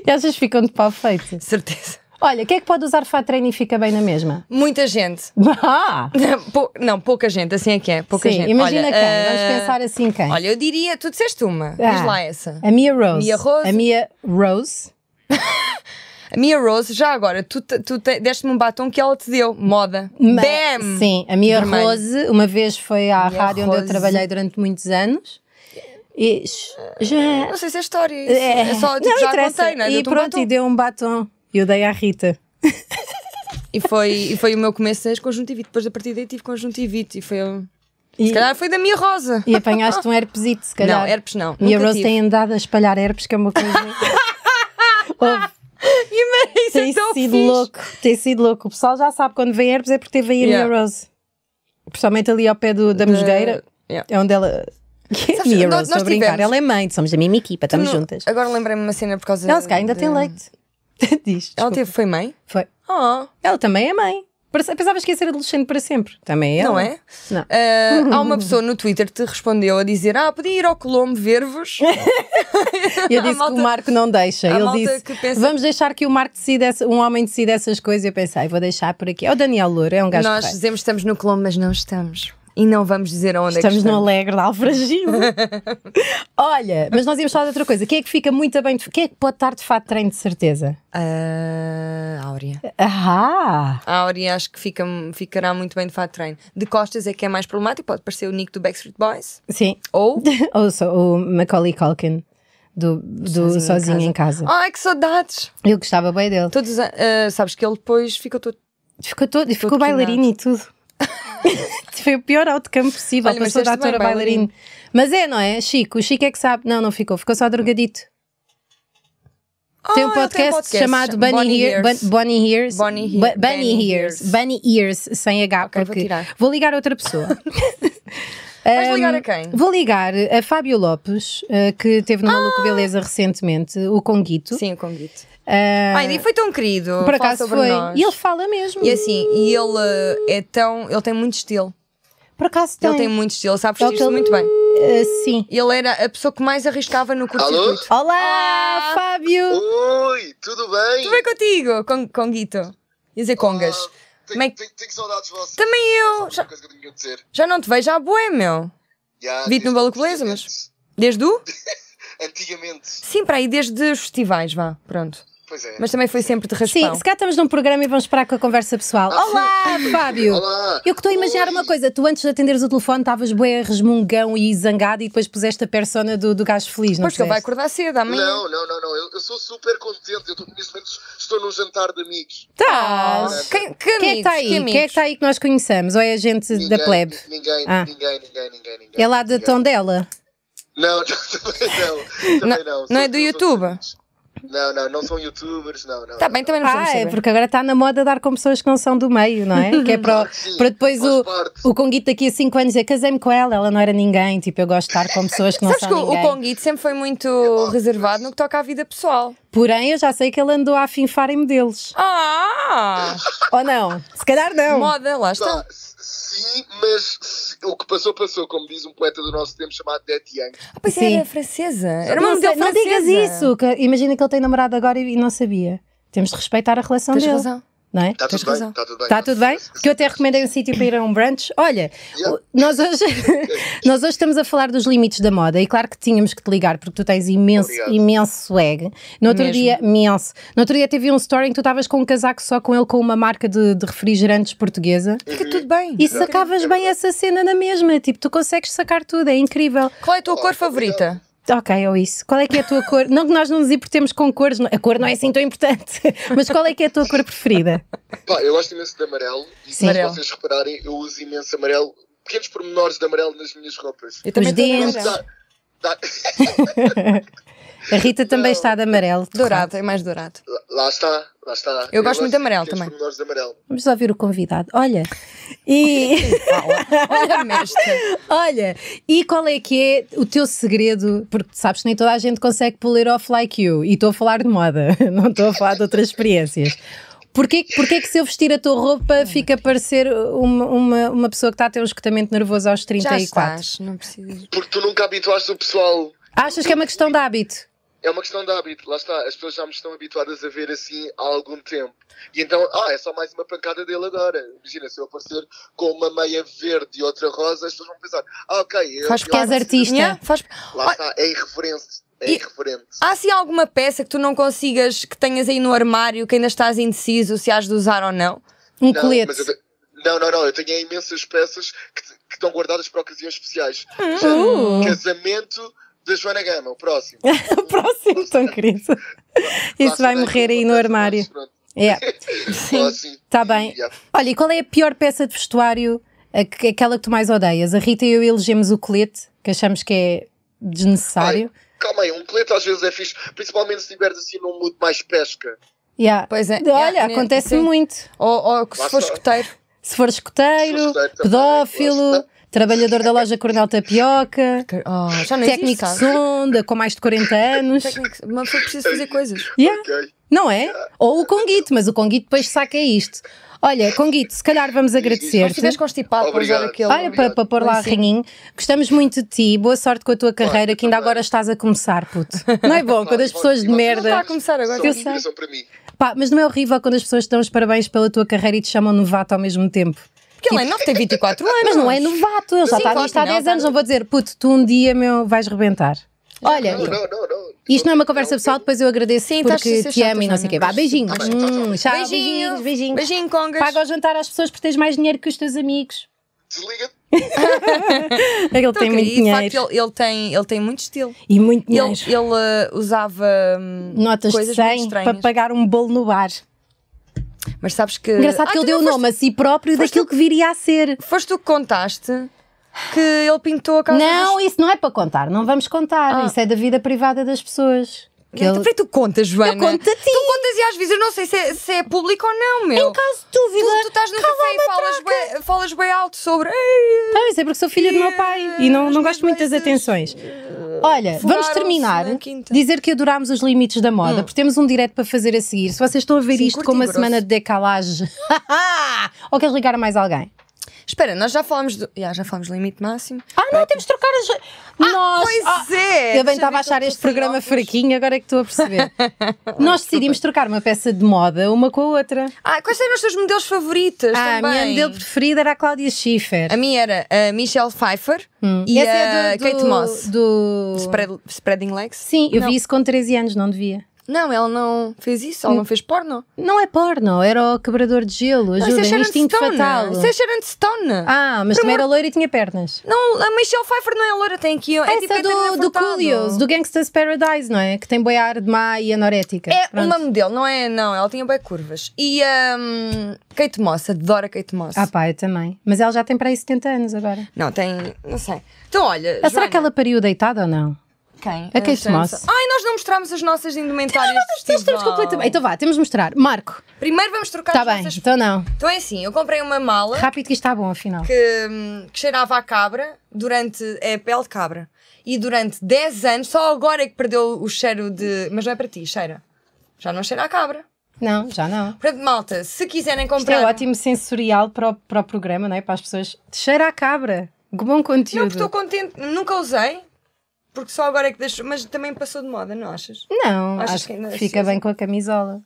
A: E achas que ficam de pau feito?
B: Certeza. [LAUGHS]
A: Olha, quem é que pode usar fato de treino e fica bem na mesma? [LAUGHS]
B: Muita gente. [LAUGHS]
A: Ah!
B: Pou- não, pouca gente, assim é que é. Pouca
A: Sim,
B: gente.
A: imagina
B: Olha,
A: quem.
B: eh,
A: Vamos pensar assim quem.
B: Olha, eu diria, tu disseste uma. Diz
A: Ah,
B: lá essa.
A: A Mia Rose.
B: Mia Rose.
A: A Mia Rose.
B: A Mia Rose, já agora, tu, te- tu te- deste-me um batom que ela te deu. Moda.
A: Ma-
B: Bam!
A: Sim, a Mia
B: Vermelho.
A: Rose, uma vez foi à
B: Mia
A: rádio onde eu
B: Rose.
A: trabalhei durante muitos anos. E. Já.
B: Não sei se é história. isso. É, só, tipo,
A: não
B: já
A: interessa.
B: contei, não é?
A: E
B: Deu-te um
A: pronto,
B: batom.
A: e deu um batom. E eu dei à Rita.
B: E foi, e foi o meu começo de conjuntivite. Depois a partir daí tive conjuntivite. E foi.
A: E,
B: Se calhar foi da minha rosa.
A: e apanhaste um herpesito, se calhar.
B: Não, herpes não.
A: Mia
B: Nunca
A: Rose
B: tive.
A: tem andado a espalhar herpes, que é uma coisa. Ouve,
B: [LAUGHS] Ah, Isso é
A: tem
B: tão
A: sido
B: fixe.
A: louco, tem sido louco. O pessoal já sabe quando vem herpes é porque teve aí a
B: Yeah.
A: Mia Rose. Principalmente ali ao pé do- da Mosgueira,
B: Yeah.
A: é onde ela. Que é [LAUGHS]
B: Sabes,
A: Mia
B: nós-
A: Rose,
B: nós
A: estou a brincar.
B: tivemos-
A: Ela é mãe, somos da mesma equipa, estamos
B: Não,
A: juntas.
B: Agora lembrei-me uma cena por causa.
A: Ela se calhar ainda
B: de-
A: tem leite. [LAUGHS] Diz. desculpa.
B: Ela teve, foi mãe?
A: Foi.
B: Oh,
A: Ela também é mãe. Parece- Pensavas que ia ser adolescente para sempre. Também é.
B: não
A: ela.
B: é? [LAUGHS]
A: Não.
B: Ah, há uma pessoa no Twitter que te respondeu a dizer: Ah, podia ir ao Colombo ver-vos.
A: E [LAUGHS] Eu
B: [LAUGHS] A
A: disse
B: malta-
A: que o Marco não deixa.
B: a
A: Ele
B: malta
A: disse:
B: que pensa-
A: Vamos deixar que o Marco decida, essa- um homem decida essas coisas. E eu pensei: Vou deixar por aqui. É o Daniel Loura, é um gajo
B: Nós
A: correto.
B: dizemos que estamos no Colombo, mas não estamos. E não vamos dizer aonde
A: Estamos,
B: é que
A: no
B: estamos.
A: Alegre de Alfragido.
B: [LAUGHS]
A: Olha, mas nós íamos falar de outra coisa. Quem é que fica muito bem? De... Quem é que pode estar de fato de treino de certeza?
B: Ah, Áurea.
A: Ah!
B: A Áurea acho que fica, ficará muito bem de fato de treino. De costas é que é mais problemático, pode parecer o Nick do Backstreet Boys.
A: Sim. [LAUGHS]
B: Ou.
A: Ou só o Macaulay Culkin, do, do Sozinho, em Casa.
B: Ai, que saudades!
A: Eu gostava bem dele.
B: Todos, ah, sabes que ele depois ficou todo.
A: Ficou, todo, ficou
B: quinado.
A: bailarino e tudo. [LAUGHS] Foi o pior outcome possível
B: Olha,
A: para
B: mas
A: ser
B: foste
A: atora
B: bem, bailarino.
A: bailarino. Mas é, não é? Chico, o Chico é que sabe. Não, não ficou, ficou só drogadito. tem
B: Ah,
A: um
B: ele
A: podcast, chamado Bunny,
B: Bonnie
A: Hear-
B: Ears.
A: Bun- Bunny Ears.
B: Bunny
A: Bu-
B: He-
A: Bunny,
B: Bunny
A: Ears.
B: Ears.
A: Bunny Ears, sem H,
B: Ok, vou
A: porque
B: tirar.
A: ligar a outra pessoa.
B: [LAUGHS] Vais
A: Um,
B: ligar a quem? Ah!
A: Vou ligar a Fábio Lopes, eh, que teve no Maluco Beleza recentemente, o Conguito.
B: Sim, o Conguito.
A: Eh,
B: Ai, e foi tão querido.
A: por
B: fala
A: acaso
B: sobre
A: foi.
B: Nós.
A: E ele fala mesmo.
B: E assim, e ele eh, é tão. Ele tem muito estilo.
A: Por acaso
B: Ele tem muito estilo, sabe
A: É o que
B: vestir-se
A: ele-
B: muito bem.
A: Eh, sim.
B: Ele era a pessoa que mais arriscava no
C: Alô?
B: curto-circuito.
A: Olá,
B: Olá!
A: Fábio!
C: Oi, tudo bem?
B: Tudo bem contigo, Con- Conguito? Ia dizer congas.
A: Oh.
C: Ah,
B: Como é
C: tenho,
B: que-
C: tenho- tenho saudades de vocês.
B: Também eu. Já,
C: Uma coisa que eu tinha de dizer.
B: já não te vejo à boé, meu.
C: Já
B: Vi-te no
C: desde-
B: Baluco Beleza, mas- Desde o?
C: Antigamente.
B: Sim, para aí, desde os festivais, vá. Pronto.
C: Pois é.
B: Mas também foi sempre de
A: Sim,
B: raspão.
A: se cá estamos num programa e vamos parar com a conversa pessoal. Olá, Fábio!
C: Olá.
A: Eu que estou a imaginar uma coisa, tu antes de atenderes o telefone estavas bué resmungão e zangado e depois puseste a persona do, do gajo feliz, não
B: Pois que ele vai
A: puseste?
B: acordar cedo amanhã.
C: Não, não, não, não. Eu, eu sou super contente. Eu tô, neste momento estou num jantar de amigos.
B: Ah,
A: Estás.
B: quem, que
A: Quem é que
B: amigos,
A: está aí? Quem é que
B: amigos?
A: está aí que nós conhecemos? Ou é a gente da
C: Ninguém,
A: plebe?
C: Ninguém,
A: Ah.
C: ninguém, ninguém, ninguém, ninguém.
A: É lá da
C: ninguém.
A: Tondela?
C: Não, [LAUGHS] também não. Também não.
B: não é
C: Sou-
B: do
C: sou-
B: YouTube?
C: Não, não, não são youtubers, não, não.
B: Tá bem, também não precisamos
A: Ah, é
B: saber.
A: porque agora está na moda dar com pessoas que não são do meio, não
B: [LAUGHS]
A: é? Que é para,
C: Claro que sim,
A: para depois
C: faz
A: o,
C: parte.
A: o Conguito daqui a 5 anos dizer casei-me com ela, ela não era ninguém. Tipo, eu gosto de estar com pessoas que não
B: Sabes
A: são
B: que o, o
A: ninguém.
B: Conguito sempre foi muito reservado no que toca à vida pessoal.
A: Porém, eu já sei que ele andou a afinfar em modelos.
B: Ah!
A: Ou não? Se calhar não.
B: Moda, lá está.
C: Pá, s- sim, mas se- o que passou, passou, como diz um poeta do nosso tempo chamado Det Young.
B: Ah, pois
A: Sim.
B: era francesa. Era uma
A: não, sei-
B: modelo
A: não
B: francesa.
A: digas isso. que- imagina que ele tem namorado agora e, e não sabia. Temos de respeitar a relação
B: Tens
A: dele.
B: razão.
A: Não é?
C: Está
B: Tens
C: Tá tudo, bem,
B: razão.
C: está tudo bem?
A: Está Tá tudo bem? Que eu até recomendei um sítio para ir a um brunch. Olha,
C: Yeah.
A: o- nós hoje, [LAUGHS] nós hoje estamos a falar dos limites da moda e claro que tínhamos que te ligar porque tu tens imenso,
C: Obrigado.
A: imenso swag. No outro
B: Mesmo.
A: dia, imenso. No outro dia teve um story em que tu estavas com um casaco só com ele com uma marca de, de refrigerantes portuguesa
B: Fica tudo bem.
A: e sacavas bem essa cena na mesma. Tipo, tu consegues sacar tudo, é incrível.
B: Qual é a tua cor favorita?
A: Ok, é isso. Qual é que é a tua cor? Não que nós não nos importemos com cores, não- a cor não é assim tão importante, [LAUGHS] mas qual é que é a tua cor preferida?
C: Pá, eu gosto imenso de amarelo e
A: Sim.
B: Amarelo.
C: se vocês repararem, eu uso imenso amarelo, pequenos pormenores de amarelo nas minhas roupas.
B: Eu também
A: Os
B: tô na
A: dentes.
B: dourada.
D: [LAUGHS]
C: Dá-
A: A Rita também está de amarelo.
B: Dourado, é mais dourado.
C: lá- Lá está, lá está.
B: Eu gosto muito de amarelo
D: assim,
C: pequenos
B: também.
C: pormenores de amarelo.
A: Vamos ouvir o convidado. Olha, e [LAUGHS]
B: Olha, [LAUGHS] mestre.
A: olha, e qual é que é o teu segredo? Porque sabes que nem [LAUGHS] toda a gente consegue pull it off like you. E estou a falar de moda, não estou a falar de outras experiências. Porquê, porquê que se eu vestir a tua roupa fica a parecer uma, uma, uma pessoa que está a ter um esgotamento nervoso aos
B: Já
A: 34?
B: estás, não precisas.
D: Porque tu nunca habituaste o pessoal.
A: Achas que é uma questão de hábito?
D: É uma questão de hábito, lá está. As pessoas já me estão habituadas a ver assim há algum tempo. E então, ah, é só mais uma pancada dele agora. Imagina, se eu aparecer com uma meia verde e outra rosa, as pessoas vão pensar, ah, ok, eu,
B: Faz
A: que és
B: parte.
A: artista.
B: Yeah, faz...
D: lá está, é irreverente. É
B: E-
D: irreverente.
B: Há assim alguma peça que tu não consigas, que tenhas aí no armário, que ainda estás indeciso se has de usar ou não?
A: Um
D: Não,
A: colete.
D: mas eu
A: [LAUGHS]
D: te- Não, não, não, eu tenho imensas peças que, te- que estão guardadas para ocasiões especiais.
B: Uhum.
A: Uh.
D: Casamento da Joana Gama, o próximo.
A: Próximo, tão querido.
D: Lá
A: Isso vai
D: está,
A: morrer
D: tem
A: aí
D: uma
A: no
D: peça,
A: armário.
D: mas pronto.
A: É.
D: [LAUGHS] Só assim.
A: Tá bem.
D: Yeah.
A: Olha, e qual é a pior peça de vestuário, a que- aquela que tu mais odeias? A Rita e eu elegemos o colete, que achamos que é desnecessário.
D: Calma aí, um colete às vezes é fixe, principalmente se tiveres assim num mood mais pesca.
A: Yeah.
B: Pois é,
A: Olha,
B: yeah, né,
A: acontece
B: sim.
A: muito.
B: Ou, ou que se
D: Lá
B: for
D: está.
B: escoteiro?
A: Se for escoteiro,
D: Se for escoteiro também,
A: pedófilo,
D: lá
B: tá?
D: está.
A: trabalhador da loja Coronel Tapioca,
B: Oh, já não existe,
A: técnico de
B: sabes?
A: sonda com mais de 40 anos.
B: Técnico- Uma pessoa precisa fazer coisas.
A: Yeah,
D: Ok.
A: não é? Ou o Conguito, mas o Conguito depois saca isto. Olha, Conguito, se calhar vamos
B: Mas
A: agradecer-te.
B: estiveres constipado para usar
D: Obrigado.
B: aquele.
A: Olha, para, para pôr lá a
B: Sim.
A: ringuinho, gostamos muito de ti, boa sorte com a tua carreira,
D: eu
A: que ainda
D: também.
A: agora estás a começar, puto. Não é bom, quando as pessoas de
B: Não está a
A: merda.
B: começar agora.
D: São
A: Eu
D: eu
A: sei.
D: para mim.
A: Pá, mas não é horrível quando as pessoas te dão os parabéns pela tua carreira e te chamam novato ao mesmo tempo.
B: Porque ele é novo, tem 24 anos.
A: tipo- [LAUGHS] Mas não é novato, ele já
B: Sim,
A: está
B: claro
A: nisto há
B: que não,
A: 10 anos,
B: claro.
A: não vou dizer, puto, tu um dia, meu, vais rebentar. Olha,
D: Não, não, não, não.
A: isto não é uma conversa pessoal, depois eu agradeço
B: Sim, estás a
A: porque
B: ser
A: te
B: chata,
A: amo e não sei o quê.
B: Joana.
A: Vá, beijinhos.
D: Tá bem, tchau, tchau.
A: Hum, tchau,
B: Beijinho.
A: beijinhos, beijinhos.
B: Beijinho, Congas.
A: Paga ao jantar às pessoas porque tens mais dinheiro que os teus amigos.
D: Desliga-te.
A: Ele
B: Então,
A: tem muito
B: querido, de facto,
A: dinheiro.
B: ele, ele tem, ele tem muito estilo.
A: E muito
B: Ele,
A: dinheiro.
B: ele, uh, usava hum,
A: Notas de
B: coisas muito
A: 100 para
B: estranhas.
A: pagar um bolo no bar.
B: Mas sabes que.
A: Engraçado
B: Ah,
A: que
B: tu
A: ele deu o
B: não
A: nome a si próprio daquilo que viria a ser.
B: foste- Foste tu que contaste que ele pintou a casa.
A: Não, isso não é para contar, não vamos contar.
B: Ah. Então,
A: Isso é da vida privada das pessoas. Que ele-
B: Dos... Ele... Tu contas, Joana.
A: Eu conto a ti.
B: Tu contas e às vezes eu não sei se é, se é público ou não, meu.
A: Em caso de dúvida.
B: Tu, tu estás no
A: cala
B: café
A: a
B: e falas bem, falas bem alto sobre. "Ei,
A: Ah, isso é porque sou filha do meu pai e não, não gosto muito das atenções. Olha, vamos
B: Furaram-se
A: terminar.
B: na quinta. Hum.
A: Dizer que adorámos os limites da moda, porque temos um direto para fazer a seguir. Se vocês estão a ver
B: Sim,
A: isto
B: curto
A: com
B: e
A: uma
B: grosso.
A: semana de decalagem, [LAUGHS] ou queres ligar a mais alguém?
B: Espera, nós já falámos do. Já, já falámos do limite máximo.
A: Ah, não, temos de trocar as. Nós.
B: Pois
A: Ah,
B: é!
A: Eu bem
B: Deixa
A: estava
B: ver
A: a achar
B: que eu
A: este
B: tô sem
A: programa
B: óculos.
A: fraquinho, agora é que estou a
B: [LAUGHS]
A: perceber. Nós decidimos trocar uma peça de moda uma com a outra.
B: Ah, quais eram os teus modelos favoritos?
A: Ah, a
B: também?
A: minha modelo preferida era a Cláudia Schiffer.
B: A minha era a Michelle Pfeiffer e
A: Essa
B: a
A: é do- do-
B: Kate Moss.
A: Do...
B: Spread- spreading Legs?
A: Sim, eu
B: Não.
A: vi isso com 13 anos, não devia.
B: Não, ela não fez isso, ela não fez porno.
A: Não é porno, era o quebrador de gelo,
B: Não, isso
A: ajuda,
B: é Sharon
A: instinto
B: Stone.
A: fatal.
B: Isso é Sharon Stone.
A: Ah, mas também era loira e tinha pernas.
B: Não, a Michelle Pfeiffer não é loira, tem aqui. É tipo
A: Essa
B: a Catarina
A: do, do
B: Furtado.
A: Coolios, do Gangsta's Paradise, não é? Que tem boiar de má e anorética.
B: É
A: Pronto.
B: uma modelo, não é? Não, ela tinha bem curvas. E a Kate Moss, adoro a Kate Moss.
A: Ah pá, eu também. Mas ela já tem para aí 70 anos agora.
B: Não, tem. Não sei. Então, olha.
A: Ah, será que ela pariu deitada ou não?
B: Quem?
A: A Kate
B: Sharon
A: Moss.
B: Stone. Ai, nós não mostramos as nossas indumentárias. de
A: Estamos
B: festival.
A: completamente... Então vá, temos de mostrar. Marco,
B: Primeiro vamos trocar
A: está
B: as
A: bem,
B: nossas.
A: então não.
B: Então é assim, eu comprei uma mala.
A: Rápido que isto está bom, afinal.
B: que, hum, que cheirava a cabra durante. É pele de cabra. E durante 10 anos, só agora é que perdeu o cheiro de. Mas não é para ti, cheira. Já não cheira a cabra.
A: Não, já não.
B: Portanto, malta, se quiserem
A: Isto
B: comprar.
A: é ótimo sensorial para o, para o programa, não é? Para as pessoas. Cheira a cabra. Bom
B: Não,
A: conteúdo.
B: porque estou contente, nunca usei, porque só agora é que deixo. Mas também passou de moda, não achas?
A: Não,
B: Achas
A: acho
B: que
A: que,
B: ainda
A: fica
B: se
A: bem com a camisola.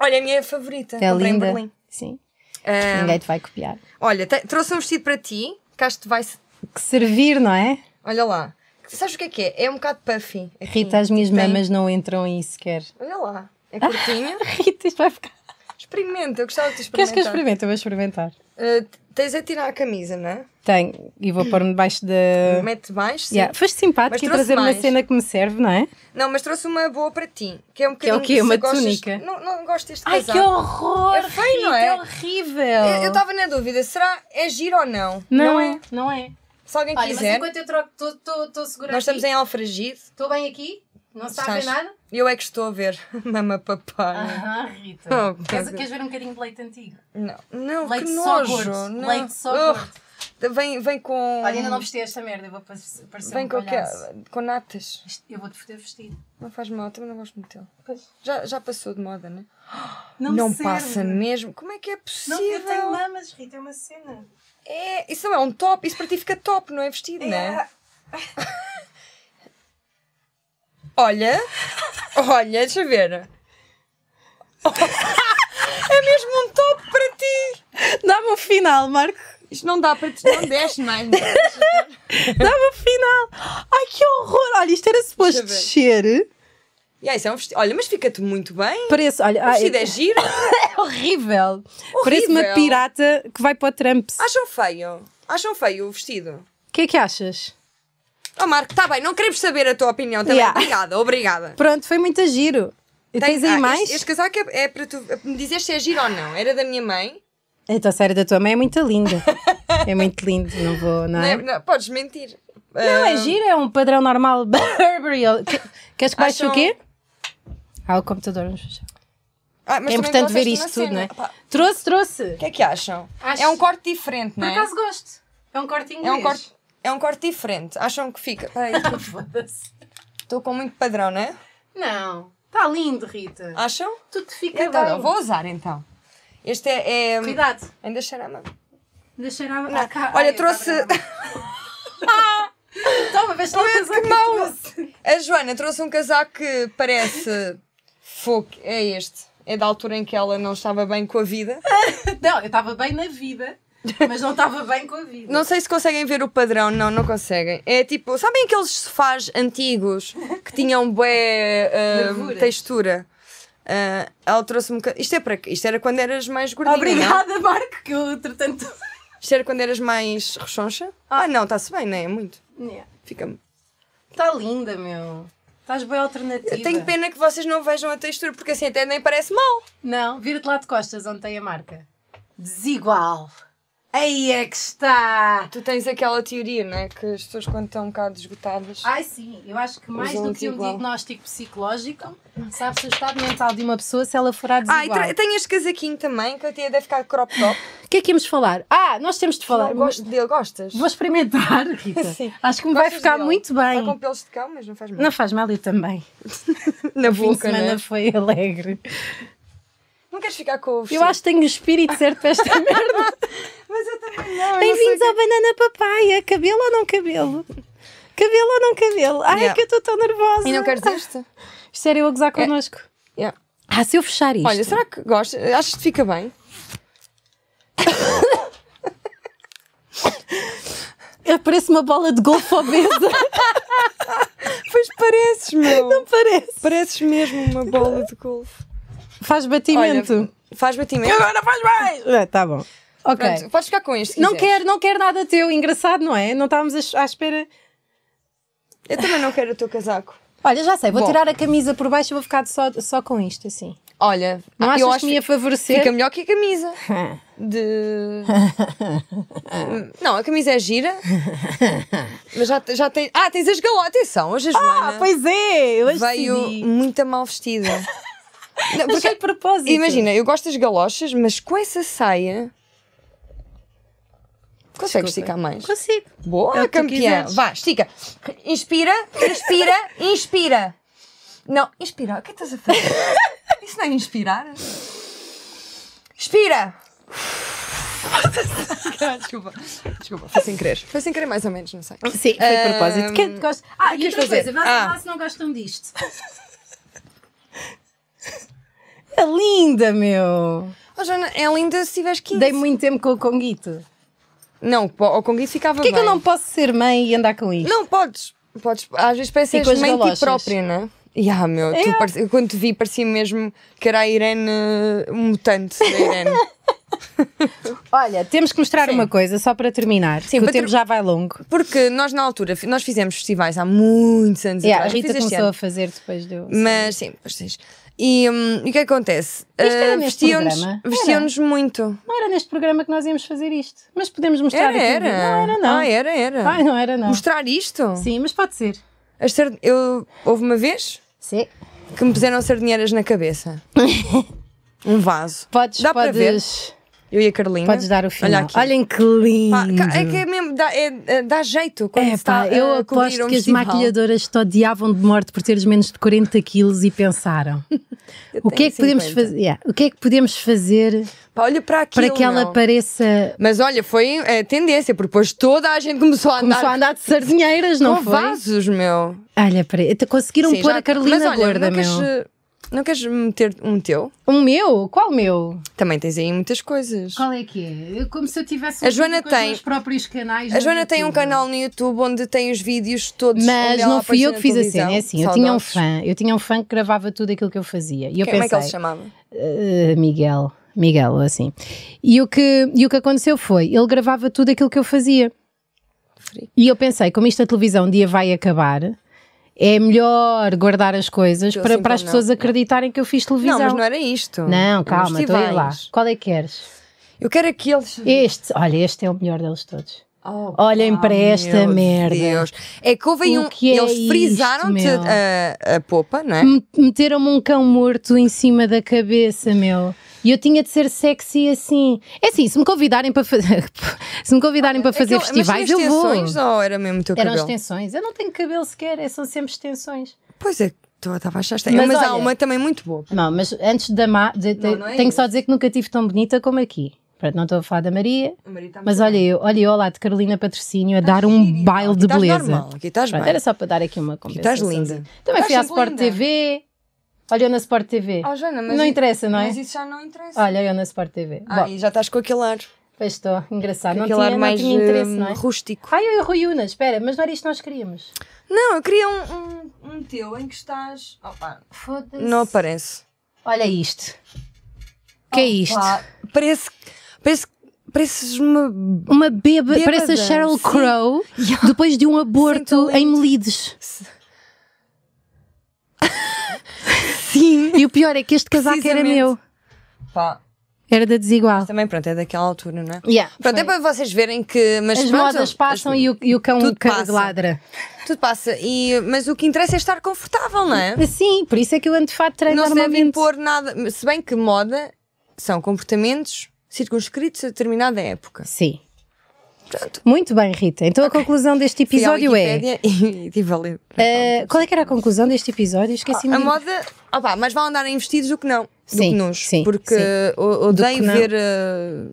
B: Olha, a minha favorita.
A: É
B: comprei em
A: linda.
B: Berlim.
A: Sim.
B: Ah,
A: Ninguém te vai copiar.
B: olha, te- trouxe um vestido para ti, que acho que vai.
A: Que servir, não é?
B: Olha lá. Sabes o que é que é? É um bocado puffy. aqui.
A: Rita, as minhas
B: Tem-
A: mamas não entram aí
B: [LAUGHS]
A: sequer.
B: Olha lá. É
A: [LAUGHS]
B: curtinho.
A: Rita, isto vai ficar.
B: Experimenta, eu gostava de te
A: Queres
B: experimentar.
A: que eu experimente? Eu vou experimentar.
B: Uh, tens a tirar a camisa, não é?
A: Tenho. E vou pôr-me debaixo da.
B: Mete mais. sim.
A: Ah. Yeah. Foste
B: Mas
A: simpático e
B: trouxe
A: trazer uma
B: mais.
A: cena que me serve, não é?
B: Não, mas trouxe uma boa para ti, que é um
A: Que é o
B: bocadinho.
A: quê?
B: se
A: Uma
B: gostas-
A: túnica?
B: Não, não gosto deste
A: Ai,
B: casaco.
A: que horror!
B: É feio, não
A: Rita,
B: é?
A: horrível!
B: Eu- Eu estava na dúvida, será é giro ou não?
A: Não, é, não é.
B: Se alguém quiser,
A: eu troco, estou segura
B: nós estamos em Alfragide.
A: Estou bem aqui? Não tá
B: Estás- Eu é que estou a ver. [LAUGHS] Mama papai.
A: Ah, Rita.
B: Oh, Queres- queres
A: ver um bocadinho de leite antigo?
B: Não, não,
A: Leite
B: que
A: só
B: nojo.
A: gordo,
B: Não. Oh.
A: leite só
B: Ugh.
A: gordo.
B: Vem, vem com.
A: Olha, ainda não vesti esta merda, eu vou parecer
B: Vem
A: um
B: com, o quê?
A: palhaço.
B: com natas.
A: Isto- Eu vou-te foder vestido.
B: Não faz mal, também não gosto muito dele.
A: Pois.
B: Já, já passou de moda, né?
A: Não,
B: não
A: me serve.
B: passa mesmo. Como é que é
A: Não,
B: possível?
A: eu tenho lamas, Rita, é uma cena.
B: É, isso não é um top, isso para ti fica top, não é vestido, não é? Olha, olha, deixa eu ver. é mesmo um top para ti.
A: É.
E: Dá-me um final, Marco.
B: Isto não dá para ti, não desce mais. não é?
E: Dá-me um final. Ai, que horror. Olha, isto era suposto
B: Deixa
E: descer.
B: E aí, isso é um vestido. Olha, mas fica-te muito bem.
A: Preço, olha,
B: O
A: ah,
B: vestido
A: é,
B: é giro.
A: é horrível. Parece uma
B: Horrível.
A: pirata que vai para o Trumps.
B: Acham feio? Acham feio o vestido?
A: O que é que achas?
B: Oh, Marco, está bem, não queremos saber a tua opinião também.
A: Yeah.
B: Obrigada, obrigada.
A: Pronto, foi muito giro. E tens
B: Tem-
A: aí
B: ah,
A: mais?
B: Este, este casaco é, é para tu é para me dizer se é giro ou não. Era da minha mãe.
A: Então, a série da tua mãe é muito linda. é muito lindo, não vou, não
B: Não
A: é?
B: é- não, podes mentir.
A: [LAUGHS] Não, é giro, é um padrão normal [LAUGHS] Burberry. Que- Queres que baixe
B: Acham-
A: o quê? Ah, o computador. vamos fechar.
B: Ah, mas
A: É
B: também
A: importante
B: gosto
A: ver
B: desta
A: isto tudo, não
B: cena.
A: é?
B: Opa,
A: Trouxe, trouxe.
B: O que é que acham?
A: Acho-
B: É um corte diferente, não
A: Por
B: é?
A: acaso gosto. É um corte inglês.
B: É um corte, é um corte diferente. Acham que fica. Peraí,
A: [LAUGHS] Foda-se.
B: Estou com muito padrão, não é?
A: Não. Está lindo, Rita.
B: Acham?
A: Tudo fica
B: Então,
A: bem.
B: eu vou usar então. Este é. é-
A: Cuidado.
B: Ainda cheira a mão.
A: Deixar a...
B: Não,
A: a ca-
B: olha,
A: Ai, eu
B: trouxe-
A: tava na mão. Toma, vês lá o casaco Então, que
B: mau.
A: trouxe.
B: [LAUGHS] A Joana trouxe um casaco que parece. [LAUGHS] Fogo, é este. É da altura em que ela não estava bem com a vida.
A: Não, eu estava bem na vida, mas não estava bem com a vida.
B: Não sei se conseguem ver o padrão, não, não conseguem. É tipo, sabem aqueles sofás antigos que tinham [LAUGHS] bué ah,
A: Nervuras.
B: textura? Ah, ela trouxe um bocadinho. Isto, é para... quê? Isto era quando eras mais gordinha. Não? é?
A: Obrigada, Marco, que eu entretanto.
B: Isto era quando eras mais rechoncha? Ah, não, está-se bem, não é? Muito.
A: Está
B: Fica-me.
A: Tá linda, meu. Estás bem alternativa.
B: Eu tenho pena que vocês não vejam a textura, porque assim até nem parece mal.
A: Não, vira-te lá de costas onde tem a marca. Desigual. Aí é que está.
B: Tu tens aquela teoria, não é? Que as pessoas quando estão um bocado esgotadas.
A: Ai sim, eu acho que mais
B: Usam
A: do que um
B: desigual.
A: diagnóstico psicológico, sabes o estado mental de uma pessoa se ela for à
B: Ah, e
A: desigual.
B: tra- tenho este casaquinho também, que a tia deve ficar crop top.
A: O que é que íamos falar? Ah, nós temos de falar.
B: Não, gosto dele, gostas?
A: Vou [LAUGHS] experimentar, Rita.
B: Sim.
A: Acho que me vai
B: Gostas
A: ficar
B: dele?
A: muito bem.
B: Está com pelos de cão, mas não faz mal.
A: Não faz mal, eu também.
B: Na
A: O fim de
B: boca,
A: semana
B: né?
A: foi alegre.
B: Não queres ficar com o
A: Eu
B: vestido?
A: acho que tenho o espírito certo
B: [LAUGHS]
A: para esta merda.
B: Mas eu também não. eu não sei
A: Bem-vindos ao Banana Papaya. Cabelo ou não cabelo? Cabelo ou não cabelo? Ai,
B: Yeah.
A: que eu estou tão nervosa.
B: E não queres este?
A: Isto era eu a gozar connosco.
B: Yeah.
A: Ah, se eu fechar isto.
B: Olha, será que gostas? Achas que te fica bem?
A: Eu Parece uma bola de golfe
B: [LAUGHS]
A: obesa.
B: Pois pareces, meu.
A: não parece?
B: Pareces mesmo uma bola
A: [LAUGHS]
B: de golfe.
A: Faz batimento.
B: faz batimento.
A: Agora faz mais! Ah, tá bom. Ok.
B: Pronto, podes ficar com este. se
A: não
B: quiseres.
A: quero, não quero nada teu. Engraçado, não é? Não estávamos à- à espera.
B: Eu também não quero o teu casaco.
A: Olha, já sei. Vou
B: Bom.
A: tirar a camisa por baixo e vou ficar só, só com isto, assim.
B: Olha,
A: Não
B: ah,
A: achas
B: eu
A: que
B: acho
A: me ia favorecer?
B: fica melhor que a camisa.
A: Ah.
B: De.
A: [LAUGHS]
B: não, a camisa é gira. Mas já, já tem. Ah, tens as galotas. Atenção, hoje a Joana.
A: Ah, pois é! Eu acho
B: né? veio
A: que
B: muito
A: [LAUGHS]
B: mal vestida. Não,
A: Porque
B: porque,
A: de propósito.
B: imagina, eu gosto das galochas, mas com essa saia. Consegue esticar mais?
A: Consigo.
B: Boa,
A: É o que tu
B: campeã!
A: quiseres.
B: Vá, estica! Inspira, inspira, inspira! Não, inspira, o que é que estás a fazer?
A: [LAUGHS]
B: Isso não é inspirar?
A: [LAUGHS]
B: Inspira!
A: Ah,
B: Desculpa, desculpa, foi sem querer. Foi sem querer, mais ou menos, não sei.
A: Sim, foi
B: ehm,
A: de propósito. Quem te gosta? Ah,
B: que
A: e
B: quis
A: outra
B: fazer?
A: coisa, vá
B: Ah.
A: lá se não gostam disto. É linda, meu!
B: Oh, Joana, é linda se tiveres 15.
A: Dei muito tempo com o Conguito.
B: Não, o Conguito ficava
A: Porquê é que eu
B: Tá bem.
A: não posso ser mãe e andar com isto?
B: Não, podes. podes às vezes
A: E
B: pensas
A: com as
B: em ti
A: galochas.
B: própria, não é? Yeah, meu, tu
A: Yeah.
B: parece- eu quando te vi parecia mesmo que era a Irene, uh, um mutante da
A: [LAUGHS]
B: Irene.
A: Olha, temos que mostrar uma coisa, só para terminar, Sim,
B: para
A: o tempo
B: ter-
A: já vai longo.
B: Porque nós na altura, fi- nós fizemos festivais há muitos anos
A: Yeah, a
B: atrás. Eu
A: Rita
B: fiz este
A: começou a
B: ano.
A: fazer depois de eu.
B: Mas sim, pois tens. E, hum, e o que é que acontece?
A: era
B: Ah,
A: neste
B: vestiam-nos-
A: programa?
B: Vestiam-nos muito.
A: Não era neste programa que nós íamos fazer isto, mas podemos mostrar
B: Era,
A: aqui.
B: era.
A: Não era, não.
B: Ah, era, era.
A: Ai, não era, não.
B: Mostrar isto?
A: Sim, mas pode ser.
B: As sard- eu, houve uma vez
A: Sim. [LAUGHS]
B: que me puseram sardinheiras na cabeça. um vaso.
A: Podes,
B: Dá para ver?
A: podes.
B: Eu Eu e a Carolina.
A: Podes dar o final.
B: Olha aqui.
A: Olhem que lindo.
B: Pá, ca- é que é mesmo, dá, é- é- dá jeito quando
A: É,
B: se está
A: pá, eu
B: a cobrir
A: aposto
B: um
A: que as
B: festival.
A: maquilhadoras te odiavam de morte por teres menos de 40 quilos e
B: [LAUGHS]
A: pensaram:
B: Eu
A: o que é
B: tenho
A: que podemos
B: 50.
A: fazer? yeah, o que é que podemos fazer
B: Pá, olha para aquilo,
A: para que ela
B: meu.
A: pareça.
B: Mas olha, foi eh, tendência, porque depois toda a gente começou a andar
A: Começou a andar de sardinheiras, não
B: com
A: foi?
B: vasos, meu.
A: Olha, peraí, até conseguiram
B: Sim,
A: pôr
B: já- tá.
A: a Carolina
B: mas olha,
A: gorda,
B: não queres,
A: meu.
B: eh, Não queres meter um teu?
A: O meu? Qual meu?
B: Também tens aí muitas coisas.
A: Qual é que é? Eu- Como se eu tivesse
B: A
A: um
B: Joana
A: vídeo com os
B: tem-
A: meus próprios canais.
B: A
A: no
B: Joana tem um
A: YouTube.
B: canal no YouTube onde tem os vídeos todos. onde
A: Mas
B: ela
A: não fui eu
B: aparece
A: que
B: na
A: fiz a
B: televisão.
A: cena, é assim, eu tinha um
B: Saudosos.
A: fã, eu tinha um fã que gravava tudo aquilo que eu fazia. E eu
B: Como é que
A: pensei,
B: ele se chamava?
A: "Eh, Miguel, Miguel, ou assim. E o, que, e o que aconteceu foi, ele gravava tudo aquilo que eu fazia. E eu pensei, como isto a televisão um dia vai acabar, é melhor guardar as coisas
B: Eu
A: para,
B: sinto
A: para as
B: não.
A: pessoas acreditarem que eu fiz televisão.
B: Não, mas não era isto.
A: Não,
B: Eram
A: calma, estou a ir lá.
B: festivais.
A: Qual é que queres?
B: Eu quero aqueles.
A: Este, olha, este é o melhor deles todos.
B: Oh,
A: Olhem
B: pá,
A: para esta
B: meu
A: merda.
B: Deus. É que houve
A: O
B: um.
A: que é
B: eles
A: isto,
B: frisaram-te
A: meu? Hum,
B: a, a popa, não é?
A: Me- Meteram-me um cão morto em cima da cabeça, meu. E eu tinha de ser sexy assim. É assim, se me convidarem para fazer, [LAUGHS] se me convidarem para fazer
B: Aquele- mas
A: festivais, eu
B: tinhas
A: vou.
B: extensões ou era mesmo o teu
A: Eram
B: cabelo?
A: extensões. Eu não tenho cabelo sequer, é- são sempre extensões.
B: Pois é, tu estava a achar estranho.
A: Mas
B: Mas, há
A: olha-
B: uma também muito boa.
A: Não, mas antes da Ma, de- de-
B: Não, não é
A: tenho
B: isso.
A: só a dizer que nunca tive tão bonita como aqui. Pronto, não estou a falar da Maria,
B: O marido está
A: mas
B: muito
A: olha
B: bem.
A: eu, olha eu lá de Carolina Patrocínio a dar
B: Sim,
A: um baile
B: então. aqui
A: de
B: estás
A: beleza.
B: normal, aqui estás
A: Pronto,
B: bem.
A: era assim. só para dar aqui uma
B: Aqui
A: compensação.
B: estás linda.
A: Também
B: Estás
A: fui à
B: sempre
A: Sport
B: linda.
A: TV, olhou na Sport TV.
B: Oh, Joana, mas
A: não
B: i-
A: interessa, não é?
B: Mas isso já não interessa.
A: Olha, eu na Sport TV.
B: Ah,
A: Bom,
B: e já estás com aquele ar.
A: pois estou, engraçado.
B: com
A: Não
B: aquele
A: tinha,
B: ar
A: não
B: mais
A: tinha interesse,
B: hum,
A: não é?
B: rústico.
A: Ai, eu e o Rui Unas, espera, mas não era isto que nós queríamos.
B: Não, eu queria um, um, um teu em que estás. Opa,
A: Foda-se.
B: não aparece.
A: Olha isto. que é isto?
B: Pá, parece. Parece. Pareces uma.
A: Uma bêbada,
B: Bêbada,
A: parece a Sheryl
B: sim.
A: Crow
B: [LAUGHS]
A: depois de um aborto
B: talento.
A: em [LAUGHS] Melides.
B: Sim.
A: E o pior é que este casaco era
B: Precisamente.
A: meu,
B: Pá.
A: era da desigual.
B: Também, pronto, é daquela altura, não é?
A: Yeah,
B: Pronto,
A: foi.
B: é para vocês verem que. Mas
A: As
B: pronto,
A: modas passam
B: as-
A: e o, e o cão
B: tudo
A: ca-
B: passa.
A: ladra.
B: Tudo passa. E, mas o que interessa é estar confortável, não é?
A: Sim, por isso é que eu ando de fato treino
B: Não se deve
A: normalmente.
B: impor nada. Se bem que moda são comportamentos circunscritos a determinada época.
A: Sim.
B: Pronto.
A: Muito bem, Rita. Então a conclusão deste
B: Fui à
A: episódio é.
B: Wikipédia [LAUGHS] E, e tive a ler. Ah,
A: Uh, qual é que é era a conclusão deste episódio? Esqueci-me.
B: a
A: de-
B: moda, opá, mas vale andar em vestidos do que não.
A: Sim,
B: do que nos,
A: sim,
B: porque
A: sim.
B: o- odeio
A: Do que não.
B: ver eh,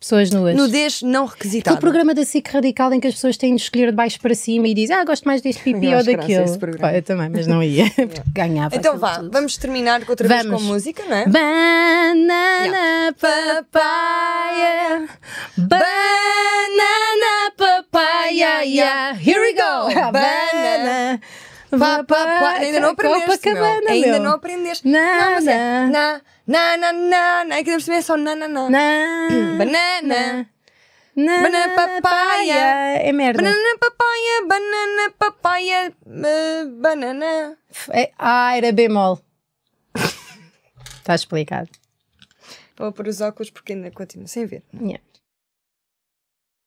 A: Pessoas nuas.
B: nudez não requisitada.
A: Aquele programa da SIC Radical em que as pessoas têm de escolher de baixo para cima e dizem, ah, gosto mais deste pipi
B: Eu
A: ou
B: acho graça
A: daquele.
B: esse programa.
A: Pá, eu também, mas não ia, [LAUGHS] porque ganhava.
B: Então
A: aquilo
B: vá,
A: tudo.
B: vamos terminar outra vez
A: Vamos.
B: com música, não é?
A: Banana papaya, banana papaya, yeah. here we go.
B: [LAUGHS]
A: Banana
B: Pá, pá, pá, ainda não aprendeste, meu.
A: Copacabana,
B: Ainda
A: meu.
B: não aprendeste.
A: Na,
B: não, mas é.
A: na.
B: Na, na, na, na, na. É que devemos saber só na, na, na.
A: Na-
B: Banana.
A: na-
B: Banana papaya.
A: É merda.
B: Banana papaya, banana papaya, eh, banana.
A: É- Ah, era [LAUGHS] Tá bemol. Está explicado.
B: Vou pôr os óculos porque ainda continuo sem ver.
A: Yeah.